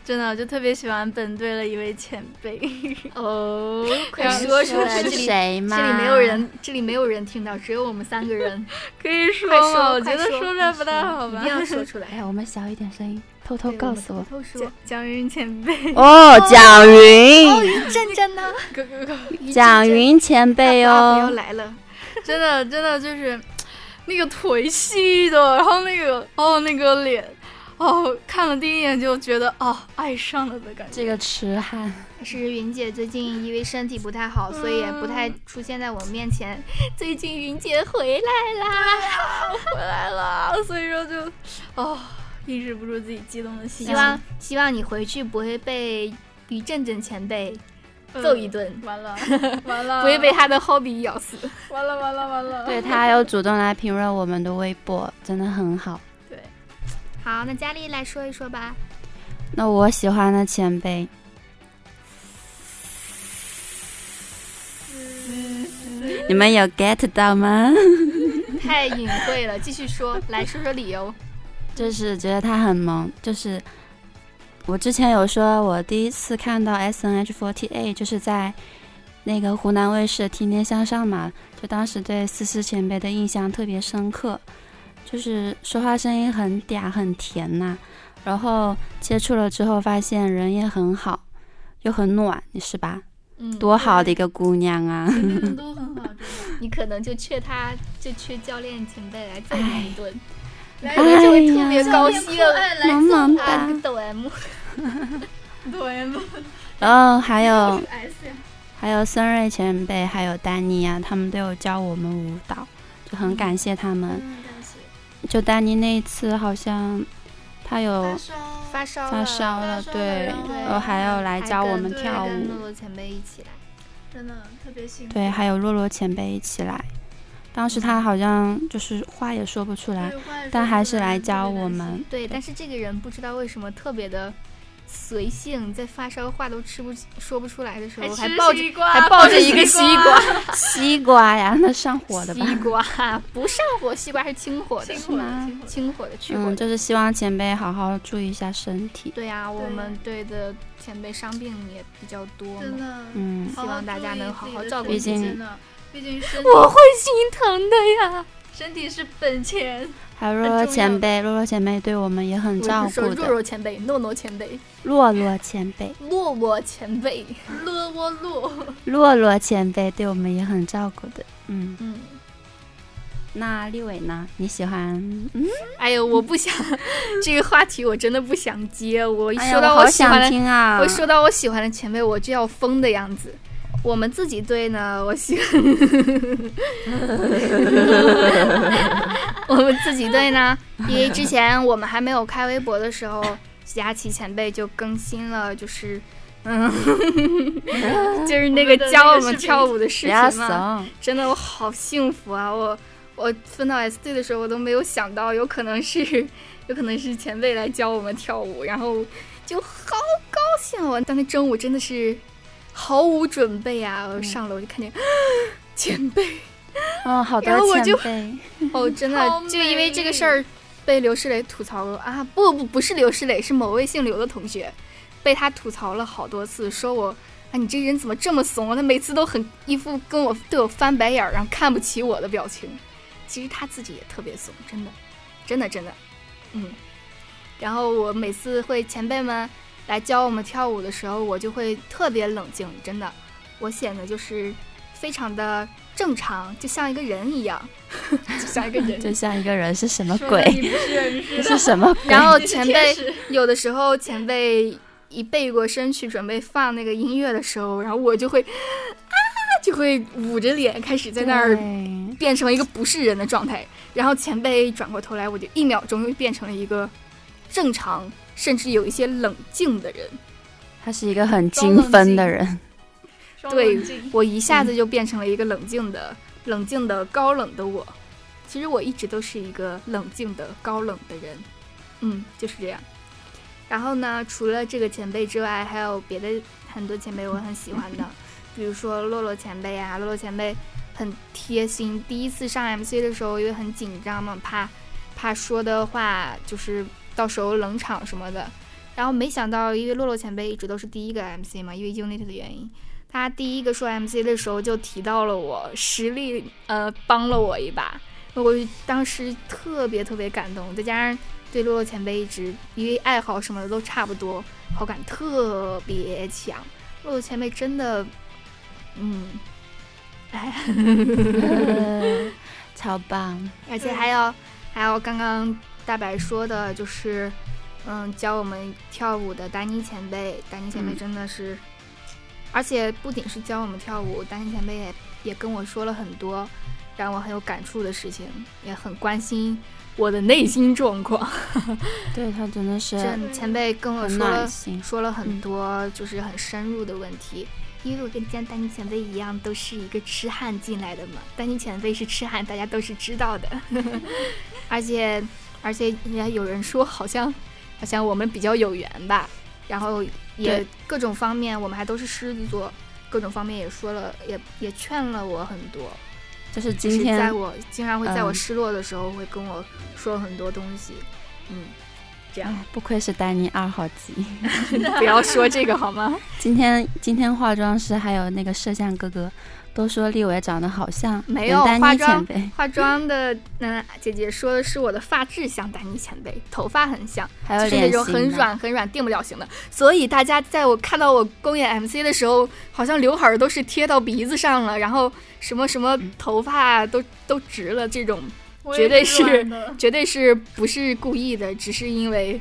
Speaker 4: 真的就特别喜欢本队的一位前辈。
Speaker 1: 哦，快
Speaker 4: 然后
Speaker 1: 说出
Speaker 4: 说
Speaker 1: 来！
Speaker 4: 是
Speaker 1: 这
Speaker 2: 是
Speaker 1: 里
Speaker 2: 谁
Speaker 1: 这
Speaker 2: 吗？
Speaker 1: 里没有。人，这里没有人听到，只有我们三个 人，
Speaker 4: 可以说
Speaker 1: 快说
Speaker 4: 吗？我
Speaker 1: 快
Speaker 4: 觉得
Speaker 1: 说嗯
Speaker 4: 说出来不太好
Speaker 1: 一
Speaker 4: 吧
Speaker 1: 定。要说出 来。
Speaker 2: 哎，我们小一点声音，偷偷
Speaker 1: 对
Speaker 2: 告诉我
Speaker 1: 们。偷偷说
Speaker 4: 蒋。蒋云前 辈，
Speaker 2: 哦，蒋
Speaker 1: 哦，
Speaker 2: 云，
Speaker 1: 于震震呢？
Speaker 4: 哥哥哥，
Speaker 2: 蒋云前辈
Speaker 1: 大 buff 要
Speaker 2: 哦，
Speaker 1: 来了，
Speaker 4: 真的真的就是那个腿细的，然后那个哦那个脸，哦看了第一眼就觉得哦爱上了的感觉。
Speaker 2: 这个痴汉。
Speaker 1: 是云姐最近因为身体不太好，所以也不太出现在我们面前。最近云姐回来啦，
Speaker 4: 回来了，所以说就哦抑制不住自己激动的心
Speaker 1: 希
Speaker 4: 情，
Speaker 1: 望希望你回去不会被于震震前辈揍一顿，
Speaker 4: 嗯 完了完了，
Speaker 1: 不会被他的 hobby 咬死。
Speaker 4: 完了完了完了，
Speaker 2: 对他有主动来评论我们的微博，真的很好。
Speaker 4: 对，
Speaker 1: 好，那佳丽来说一说吧。
Speaker 2: 那我喜欢的前辈，嗯你们有 get 到吗？
Speaker 1: 太隐晦了，继续说，来说说理由。
Speaker 2: 就是觉得他很萌，就是我之前有说，我第一次看到 S N H 4 8 a 就是在那个湖南卫视《天天向上》嘛，就当时对思思前辈的印象特别深刻，就是说话声音很嗲很甜呐、然后接触了之后发现人也很好，又很暖，是吧？
Speaker 1: 嗯，
Speaker 2: 多好的一个姑娘啊！
Speaker 4: 前辈们都很好，真的
Speaker 1: 你可能就缺他，就缺教练前辈来揍你一顿。来一个就会特
Speaker 2: 哎
Speaker 1: 别
Speaker 2: 呀
Speaker 1: 高兴，
Speaker 2: 萌萌哒。
Speaker 1: 抖 M，
Speaker 4: 抖 M
Speaker 2: 然后还有
Speaker 4: S，
Speaker 2: 还有孙瑞前辈，还有丹妮啊，他们都有教我们舞蹈，就很感谢他们。
Speaker 4: 嗯，感谢。
Speaker 2: 就丹妮那一次好像她有
Speaker 1: 发
Speaker 4: 发烧，
Speaker 1: 烧
Speaker 2: 发烧
Speaker 4: 了
Speaker 2: 了，
Speaker 4: 发烧了
Speaker 2: 对，
Speaker 4: 然后
Speaker 2: 然后还要来教我们
Speaker 4: 对
Speaker 2: 跳
Speaker 1: 跟
Speaker 2: 舞
Speaker 1: 露，露前辈一起来，
Speaker 4: 真的特别辛苦。
Speaker 2: 对，还有洛洛前辈一起来。当时她好像就是话也说不出来，
Speaker 4: 对，坏
Speaker 2: 但
Speaker 4: 人
Speaker 2: 还
Speaker 4: 真
Speaker 2: 是
Speaker 4: 的
Speaker 2: 来
Speaker 4: 特别
Speaker 2: 教
Speaker 4: 难
Speaker 2: 我
Speaker 4: 受。
Speaker 2: 们。
Speaker 1: 对，但是这个人不知道为什么特别的随性，在发烧话都吃不说不出来的时候，还
Speaker 4: 吃
Speaker 1: 抱着
Speaker 4: 西瓜
Speaker 1: 还抱着一个西瓜，
Speaker 2: 西瓜呀，那上火的吧？
Speaker 1: 西瓜 不上火，西瓜是清火的
Speaker 4: 辛，
Speaker 2: 是
Speaker 4: 苦了
Speaker 2: 吗
Speaker 4: 辛苦了
Speaker 1: 清火的去火
Speaker 2: 嗯，
Speaker 1: 的。
Speaker 2: 就是希望前辈好好注意一下身体。
Speaker 1: 对啊，我
Speaker 4: 对
Speaker 1: 们队的前辈伤病也比较多
Speaker 4: 真
Speaker 1: 嘛，
Speaker 4: 的，
Speaker 2: 嗯，
Speaker 1: 希望大家能好好照顾
Speaker 2: 自己
Speaker 4: 真的，毕竟身
Speaker 1: 我会心疼的呀。
Speaker 4: 身体是本钱，
Speaker 2: 还有洛洛前辈，洛洛前辈对我们也很照
Speaker 1: 我是说
Speaker 2: 顾
Speaker 1: 若
Speaker 2: 的。
Speaker 1: 若前辈、诺诺前辈、
Speaker 2: 洛洛前辈，
Speaker 1: 洛洛前辈，
Speaker 4: 乐窝路。
Speaker 2: 洛洛前辈对我们也很照顾的。嗯，
Speaker 1: 嗯，
Speaker 2: 那立伟呢？你喜欢？嗯，
Speaker 1: 哎呦，我不想这个话题，我真的不想接。我一
Speaker 2: 哎呀
Speaker 1: 说到
Speaker 2: 我好
Speaker 1: 喜欢
Speaker 2: 想
Speaker 1: 的，
Speaker 2: 听啊！
Speaker 1: 我说到我喜欢的前辈，我就要疯的样子。我们自己队呢，我喜欢， 我们自己队呢，因为之前我们还没有开微博的时候，徐佳琪前辈就更新了，就是，嗯， 就是那个
Speaker 4: 我们的那个
Speaker 1: 教我
Speaker 4: 视
Speaker 1: 们
Speaker 4: 频
Speaker 1: 跳舞的
Speaker 2: 不
Speaker 1: 视频
Speaker 2: 要
Speaker 1: 嘛。
Speaker 2: 怂，
Speaker 1: 真的我好幸福啊！我我分到 S 队的时候，我都没有想到有可能是有可能是前辈来教我们跳舞，然后就好高兴啊！当天中午真的是毫无准备啊，我上楼就看见 前辈，
Speaker 2: 哦，好多
Speaker 1: 然后我
Speaker 2: 前
Speaker 1: 就
Speaker 2: 辈，
Speaker 1: 哦，真
Speaker 4: 好
Speaker 1: 的就因为这个
Speaker 4: 美
Speaker 1: 事儿被刘诗蕾吐槽过啊！不不不是刘诗蕾，是某位姓刘的同学，被他吐槽了好多次，说我啊你这人怎么这么怂啊？他每次都很一副跟我对我翻白眼儿，然后看不起我的表情。其实他自己也特别怂，真的，真的真的，嗯。然后我每次会前辈们来教我们跳舞的时候，我就会特别冷静，真的，我显得就是非常的正常，就像一个人一样， 就像一个人。
Speaker 2: 就像一个人是什么
Speaker 4: 说的
Speaker 2: 鬼？
Speaker 4: 你不是人似的
Speaker 2: 是什 么鬼？
Speaker 1: 然后
Speaker 4: 你是
Speaker 1: 前
Speaker 4: 天
Speaker 1: 辈
Speaker 4: 使
Speaker 1: 有的时候前辈一背过身去准备放那个音乐的时候，然后我就会啊，就会捂着脸开始在那儿
Speaker 2: 对
Speaker 1: 变成一个不是人的状态。然后前辈转过头来，我就一秒钟又变成了一个正常，甚至有一些冷静的人。
Speaker 2: 他是一个很精 分的人，
Speaker 4: 双
Speaker 1: 对
Speaker 4: 冷静
Speaker 1: 我一下子就变成了一个冷静的、冷静的、高冷的我。其实我一直都是一个冷静的、高冷的人，嗯，就是这样。然后呢，除了这个前辈之外，还有别的很多前辈我很喜欢的，比如说洛洛前辈啊，洛洛前辈很贴心。第一次上 MC 的时候，因为很紧张嘛，怕怕说的话就是到时候冷场什么的。然后没想到，因为洛洛前辈一直都是第一个 MC 嘛，因为 Unit 的原因，他第一个说 MC 的时候就提到了我，实力呃帮了我一把，我当时特别特别感动，再加上对洛洛前辈一直因为爱好什么的都差不多，好感特别强。洛洛前辈真的，嗯，哎，
Speaker 2: 嗯超棒！
Speaker 1: 而且还有还有刚刚大白说的，就是嗯教我们跳舞的丹妮前辈，丹妮前辈
Speaker 2: 嗯
Speaker 1: 真的是，而且不仅是教我们跳舞，丹妮前辈也也跟我说了很多让我很有感触的事情，也很关心我的内心状况。
Speaker 2: 对他真的是
Speaker 1: 这前辈跟我
Speaker 2: 很
Speaker 1: 说
Speaker 2: 暖
Speaker 1: 了
Speaker 2: 心。
Speaker 1: 说了很多就是很深入的问题，因为我跟江丹妮前辈一样，都是一个痴汉进来的嘛。丹妮前辈是痴汉，大家都是知道的。 而且而且人家有人说，好像好像我们比较有缘吧，然后也
Speaker 2: 对
Speaker 1: 各种方面，我们还都是狮子座，各种方面也说了，也也劝了我很多。
Speaker 2: 就是
Speaker 1: 就
Speaker 2: 今
Speaker 1: 是在
Speaker 2: 天
Speaker 1: 我经常会在我
Speaker 2: 嗯
Speaker 1: 失落的时候，会跟我说很多东西。嗯，这样
Speaker 2: 哎，不愧是丹尼二号机。
Speaker 1: 不要说这个好吗？
Speaker 2: 今天今天化妆师还有那个摄像哥哥都说立伟长得好像
Speaker 1: 没
Speaker 2: 跟
Speaker 1: 有
Speaker 2: 丹
Speaker 1: 化
Speaker 2: 妮前
Speaker 1: 妆
Speaker 2: 辈，
Speaker 1: 化妆的嗯姐姐说的是我的发质像丹妮前辈，头发很像，
Speaker 2: 还有
Speaker 1: 就是那
Speaker 2: 脸
Speaker 1: 种
Speaker 2: 型
Speaker 1: 很
Speaker 2: 呢。
Speaker 1: 软很软定不了型的。所以大家在我看到我公演 MC 的时候，好像刘海儿都是贴到鼻子上了，然后什么什么头发都都直了这种。
Speaker 4: 我
Speaker 1: 绝
Speaker 4: 也
Speaker 1: 对
Speaker 4: 是
Speaker 1: 是
Speaker 4: 懒得
Speaker 1: 绝对是不是故意的，只是因为，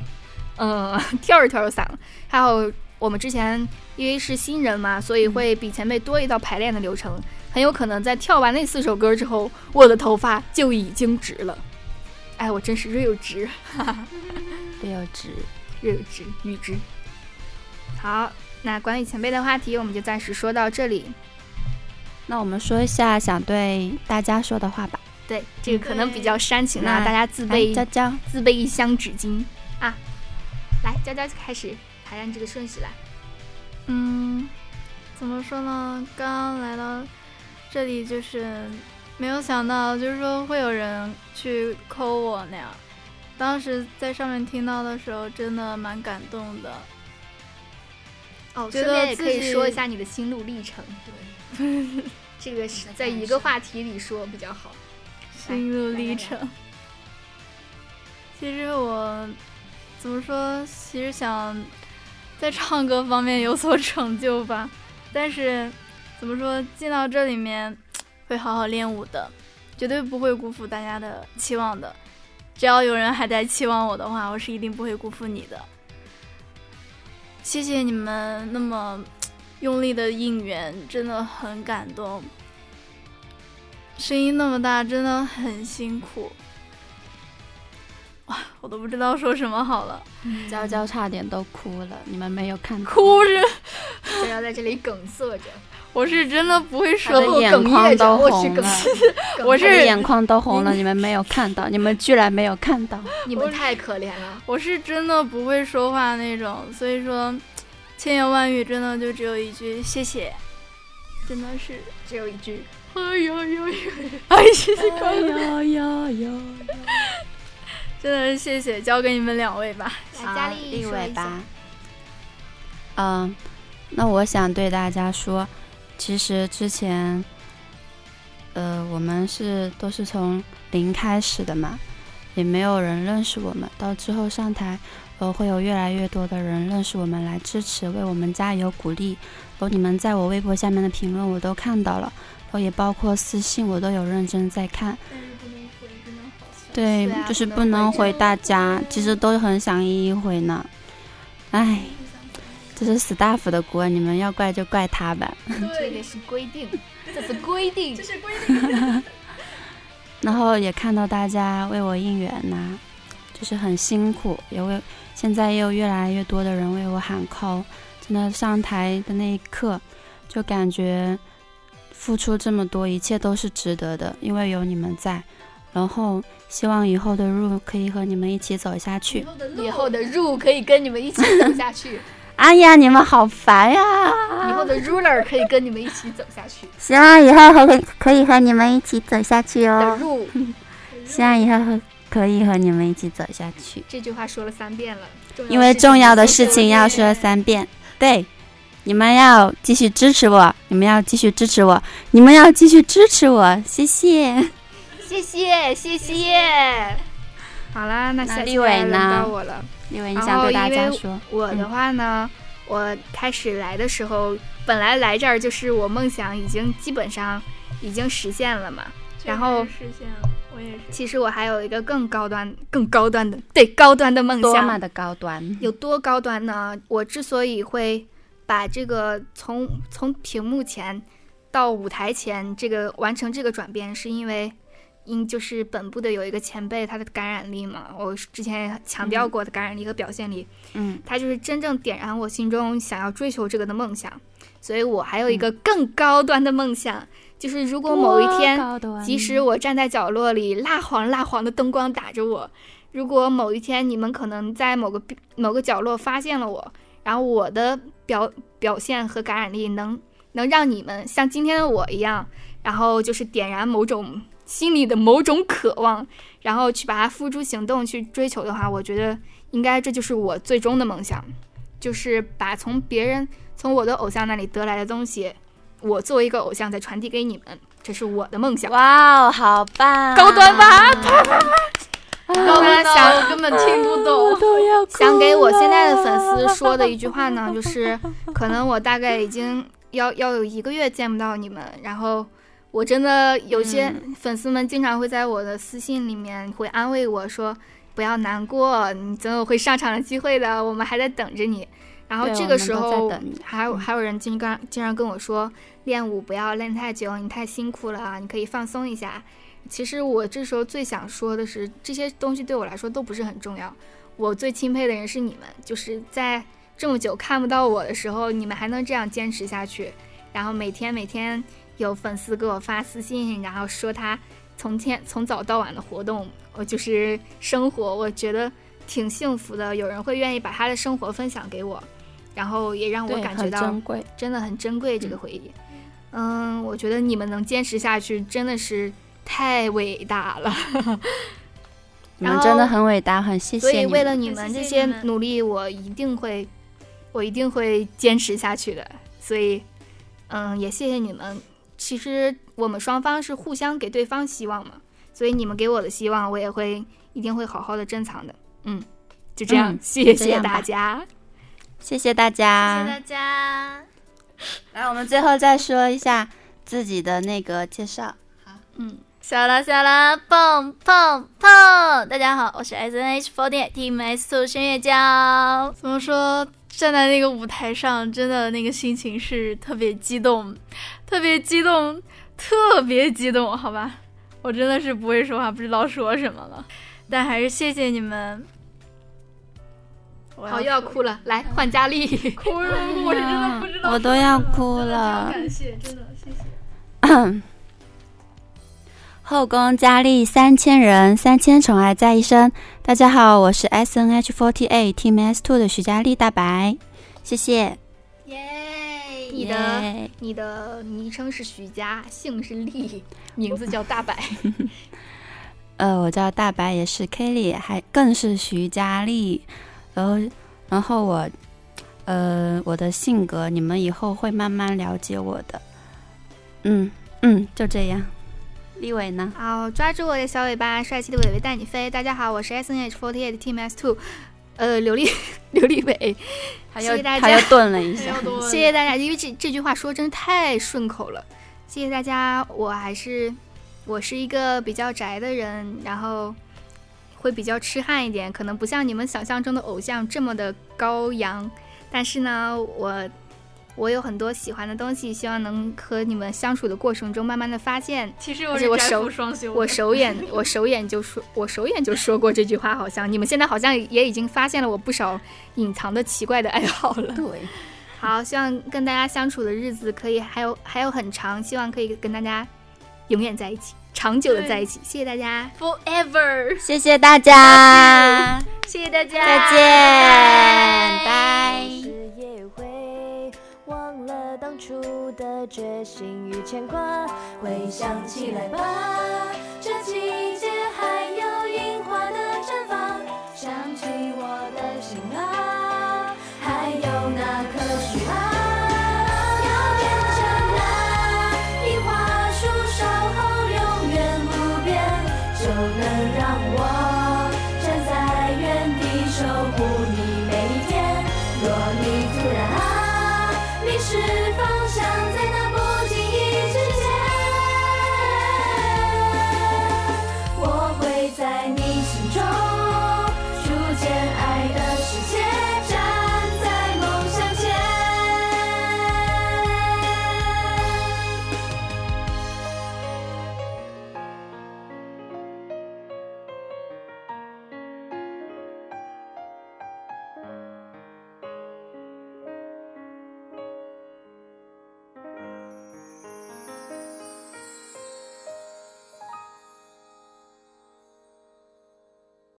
Speaker 1: 呃， 跳着跳着散了。还有我们之前因为是新人嘛，所以
Speaker 2: 嗯
Speaker 1: 会比前辈多一道排练的流程，很有可能在跳完那四首歌之后，我的头发就已经直了。哎，我真是热直，
Speaker 2: 六指。
Speaker 1: 热直，预知。好，那关于前辈的话题，我们就暂时说到这里。
Speaker 2: 那我们说一下想对大家说的话吧。
Speaker 1: 对，这个可能比较煽情了，
Speaker 2: 那
Speaker 1: 大家自
Speaker 2: 来，
Speaker 1: 备
Speaker 2: 娇娇，
Speaker 1: 自备一箱纸巾啊！来，娇娇开始排按这个顺序来。
Speaker 4: 嗯，怎么说呢？刚来到这里，就是没有想到，就是说会有人去抠我那样。当时在上面听到的时候，真的蛮感动的。
Speaker 1: 哦，
Speaker 4: 觉
Speaker 1: 顺
Speaker 4: 得
Speaker 1: 便也可
Speaker 4: 自
Speaker 1: 以
Speaker 4: 己
Speaker 1: 说一下你的心路历程。对， 这个是在一个话题里说比较好。
Speaker 4: 心路历程。其实我怎么说，其实想在唱歌方面有所成就吧， 但是怎么说，进到这里面会好好练舞的，绝对不会辜负大家的期望的。只要有人还在期望我的话，我是一定不会辜负你的。谢谢你们那么用力的应援，真的很感动。声音那么大，真的很辛苦。哇，我都不知道说什么好了，
Speaker 2: 娇娇差点都哭了，你们没有看哭，
Speaker 4: 哭着，
Speaker 1: 娇娇在这里哽塞 着，
Speaker 4: 我是真的不会
Speaker 2: 她
Speaker 4: 说
Speaker 2: 的
Speaker 1: 我
Speaker 2: 眼
Speaker 1: 哽
Speaker 2: 眶
Speaker 1: 咽着，
Speaker 2: 都
Speaker 1: 我去
Speaker 2: 红了
Speaker 1: 哽，咽。
Speaker 4: 我
Speaker 2: 她的
Speaker 4: 是
Speaker 2: 眼眶都红 了，你们没有看到，你们居然没有看到。
Speaker 1: 你们太可怜 了。
Speaker 4: 我是真的不会说话那种，所以说，千言万语真的就只有一句谢谢，真的是，
Speaker 1: 只有一句，
Speaker 4: 哎呦呦呦， 哎谢谢各位，
Speaker 2: 呦呦呦！
Speaker 4: 真的是谢谢，交给你们两位吧。
Speaker 1: 来
Speaker 2: 啊
Speaker 1: 佳丽说
Speaker 2: 尾
Speaker 1: 一下
Speaker 2: 巴。。嗯，那我想对大家说，其实之前，呃，我们是都是从零开始的嘛，也没有人认识我们。到之后上台，呃，会有越来越多的人认识我们，来支持，为我们加油鼓励。然后你们在我微博下面的评论我都看到了，然后也包括私信我都有认真在看。对，
Speaker 1: 对啊
Speaker 2: 就是
Speaker 1: 不
Speaker 2: 不
Speaker 1: 能
Speaker 2: 能
Speaker 1: 回
Speaker 2: 回大家，其实都很想一一回呢。唉，这是 staff 的锅，你们要怪就怪他吧。
Speaker 1: 这个是规 定，这是规定。
Speaker 2: 然后也看到大家为我应援呐、就是很辛苦，也为现在也有越来越多的人为我喊 call。真的上台的那一刻，就感觉付出这么多，一切都是值得的，因为有你们在。然后希望以后的路可以和你们一起走下去。
Speaker 1: 以后的 rule 可以跟你们一起走下 去，
Speaker 2: 哎呀，你们好烦呀！
Speaker 1: 以后的 ruler 可以跟你们一起走下 去。
Speaker 2: 希望以后啊和可以和你们一起走下去
Speaker 1: 的
Speaker 2: 哦。
Speaker 1: rule
Speaker 2: 希望以后和可以和你们一起走下去，
Speaker 1: 这句话说了三遍了，
Speaker 2: 因为重要的事情要
Speaker 1: 说
Speaker 2: 说三遍。对，你们要继续支持我，你们要继续支持我，你们要继续支持我，谢谢。
Speaker 1: 谢谢谢谢。好啦，那
Speaker 2: 那
Speaker 1: 下
Speaker 2: 立
Speaker 1: 期来
Speaker 2: 伟
Speaker 1: 轮
Speaker 2: 呢
Speaker 1: 到我了。
Speaker 2: 因为你
Speaker 1: 然
Speaker 2: 想
Speaker 1: 后
Speaker 2: 对大
Speaker 1: 因
Speaker 2: 家
Speaker 1: 为
Speaker 2: 说，
Speaker 1: 我的
Speaker 2: 嗯
Speaker 1: 话呢，我开始来的时候，本来来这儿就是我梦想已经基本上已经实现了嘛。然后
Speaker 4: 实现了，我也是。
Speaker 1: 其实我还有一个更高端、更高端的，对高端的梦
Speaker 2: 多
Speaker 1: 想
Speaker 2: 么。的高端，
Speaker 1: 有多高端呢？我之所以会把这个从从屏幕前到舞台前这个完成这个转变，是因为因就是本部的有一个前辈，他的感染力嘛，我之前也强调过的感染力和表现力，
Speaker 2: 嗯，
Speaker 1: 他就是真正点燃我心中想要追求这个的梦想。所以我还有一
Speaker 2: 嗯
Speaker 1: 个更高端的梦想，就是如果某一天
Speaker 2: 多高端
Speaker 1: 即使我站在角落里，蜡黄蜡黄的灯光打着我。如果某一天你们可能在某个壁某个角落发现了我，然后我的表表现和感染力能能让你们像今天的我一样，然后就是点燃某种心里的某种渴望，然后去把它付诸行动去追求的话，我觉得应该这就是我最终的梦想，就是把从别人从我的偶像那里得来的东西，我作为一个偶像再传递给你们，这是我的梦想。
Speaker 2: 哇哦，好棒，
Speaker 1: 高端 吧，
Speaker 4: 高
Speaker 1: 端想
Speaker 4: 我根本听不懂。
Speaker 2: 都要
Speaker 1: 想给我现在的粉丝说的一句话呢，就是可能我大概已经要要有一个月见不到你们，然后我真的有些
Speaker 2: 嗯
Speaker 1: 粉丝们经常会在我的私信里面会安慰我说：“不要难过，你总有会上场的机会的，我们还在等着 你。”然后
Speaker 2: 对
Speaker 1: 这
Speaker 2: 我
Speaker 1: 个
Speaker 2: 们
Speaker 1: 时
Speaker 2: 都在
Speaker 1: 候
Speaker 2: 等你嗯
Speaker 1: 还有还有人经常经常跟我说：“练舞不要练太久，你太辛苦了，你可以放松一下。”其实我这时候最想说的是，这些东西对我来说都不是很重要。我最钦佩的人是你们，就是在这么久看不到我的时候，你们还能这样坚持下去。然后每天每天有粉丝给我发私信，然后说他从天从早到晚的活动，我就是生活，我觉得挺幸福的。有人会愿意把他的生活分享给我，然后也让我
Speaker 2: 对
Speaker 1: 感觉
Speaker 2: 很
Speaker 1: 到
Speaker 2: 珍贵。
Speaker 1: 真的很珍贵这个回忆。嗯，我觉得你们能坚持下去真的是太伟大了。
Speaker 2: 你
Speaker 1: 然
Speaker 2: 们
Speaker 1: 后
Speaker 2: 真的很伟大，很谢谢
Speaker 1: 所以
Speaker 2: 你
Speaker 1: 为了
Speaker 2: 们
Speaker 1: 你
Speaker 5: 很
Speaker 1: 们
Speaker 5: 谢
Speaker 1: 这
Speaker 5: 谢
Speaker 1: 些
Speaker 5: 你们
Speaker 1: 努力，我一定会，我一定会坚持下去的。所以，嗯，也谢谢你们。其实我们双方是互相给对方希望嘛，所以你们给我的希望，我也会一定会好好的珍藏的。嗯，就这样，
Speaker 2: 嗯
Speaker 1: 谢
Speaker 2: 这
Speaker 1: 谢
Speaker 2: 样
Speaker 1: 大
Speaker 2: 吧
Speaker 1: 家。
Speaker 2: 谢谢大
Speaker 5: 谢
Speaker 2: 家。
Speaker 4: 啊
Speaker 5: 谢大家。
Speaker 2: 来，我们最后再说一下自己的那个介绍。
Speaker 1: 嗯，
Speaker 5: 小啦小啦，蹦蹦蹦！大家好，我是 S N H 4 o r Team S Two 深夜娇。
Speaker 4: 怎么说？站在那个舞台上，真的那个心情是特别激动，特别激动，特别激动，好吧？我真的是不会说话，不知道说什么了，但还是谢谢你们。我
Speaker 1: 好，又要哭了，来换佳丽。
Speaker 4: 哭了，我是真的不知道。
Speaker 2: 我都要哭
Speaker 4: 真的非常
Speaker 2: 了。
Speaker 4: 感谢，真的谢谢。
Speaker 2: 后宫佳丽三千人，三千宠爱在一身。大家好，我是 S N H 4 8 Team S Two 的徐佳丽大白，谢谢。
Speaker 5: 耶！
Speaker 1: 你的
Speaker 2: 耶
Speaker 1: 你的昵称是徐佳，姓是丽， 名字叫大白。
Speaker 2: 呃，我叫大白，也是 Kelly，还更是徐佳丽。然后，然后我，呃，我的性格你们以后会慢慢了解我的。嗯嗯，就这样。立伟呢？
Speaker 1: 好，抓住我的小尾巴，帅气的伟伟带你飞。大家好，我是 S N H 4 8 Team S Two，呃，刘丽 刘丽伟，
Speaker 2: 他
Speaker 1: 谢
Speaker 2: 又
Speaker 1: 谢大
Speaker 2: 他又
Speaker 1: 家，
Speaker 2: 顿了一下。
Speaker 1: 谢谢大家，因为这这句话说真的太顺口了，谢谢大家。我还是我是一个比较宅的人，然后会比较痴汉一点，可能不像你们想象中的偶像这么的高扬，但是呢，我我有很多喜欢的东西，希望能和你们相处的过程中慢慢的发现。
Speaker 4: 其实我
Speaker 1: 而且我
Speaker 4: 是宅
Speaker 1: 手
Speaker 4: 父双修的，
Speaker 1: 我首演，我首演就说，我首演就说过这句话，好像你们现在好像也已经发现了我不少隐藏的奇怪的爱好了。
Speaker 2: 对，
Speaker 1: 好，希望跟大家相处的日子可以还有还有很长，希望可以跟大家永远在一起，长久的在一起。谢谢大家，
Speaker 4: forever。
Speaker 2: 谢谢大家，
Speaker 1: 谢谢大家
Speaker 2: 再见，拜。
Speaker 3: 是也会忘了当初的决心与牵挂，回想起来吧。啊啊啊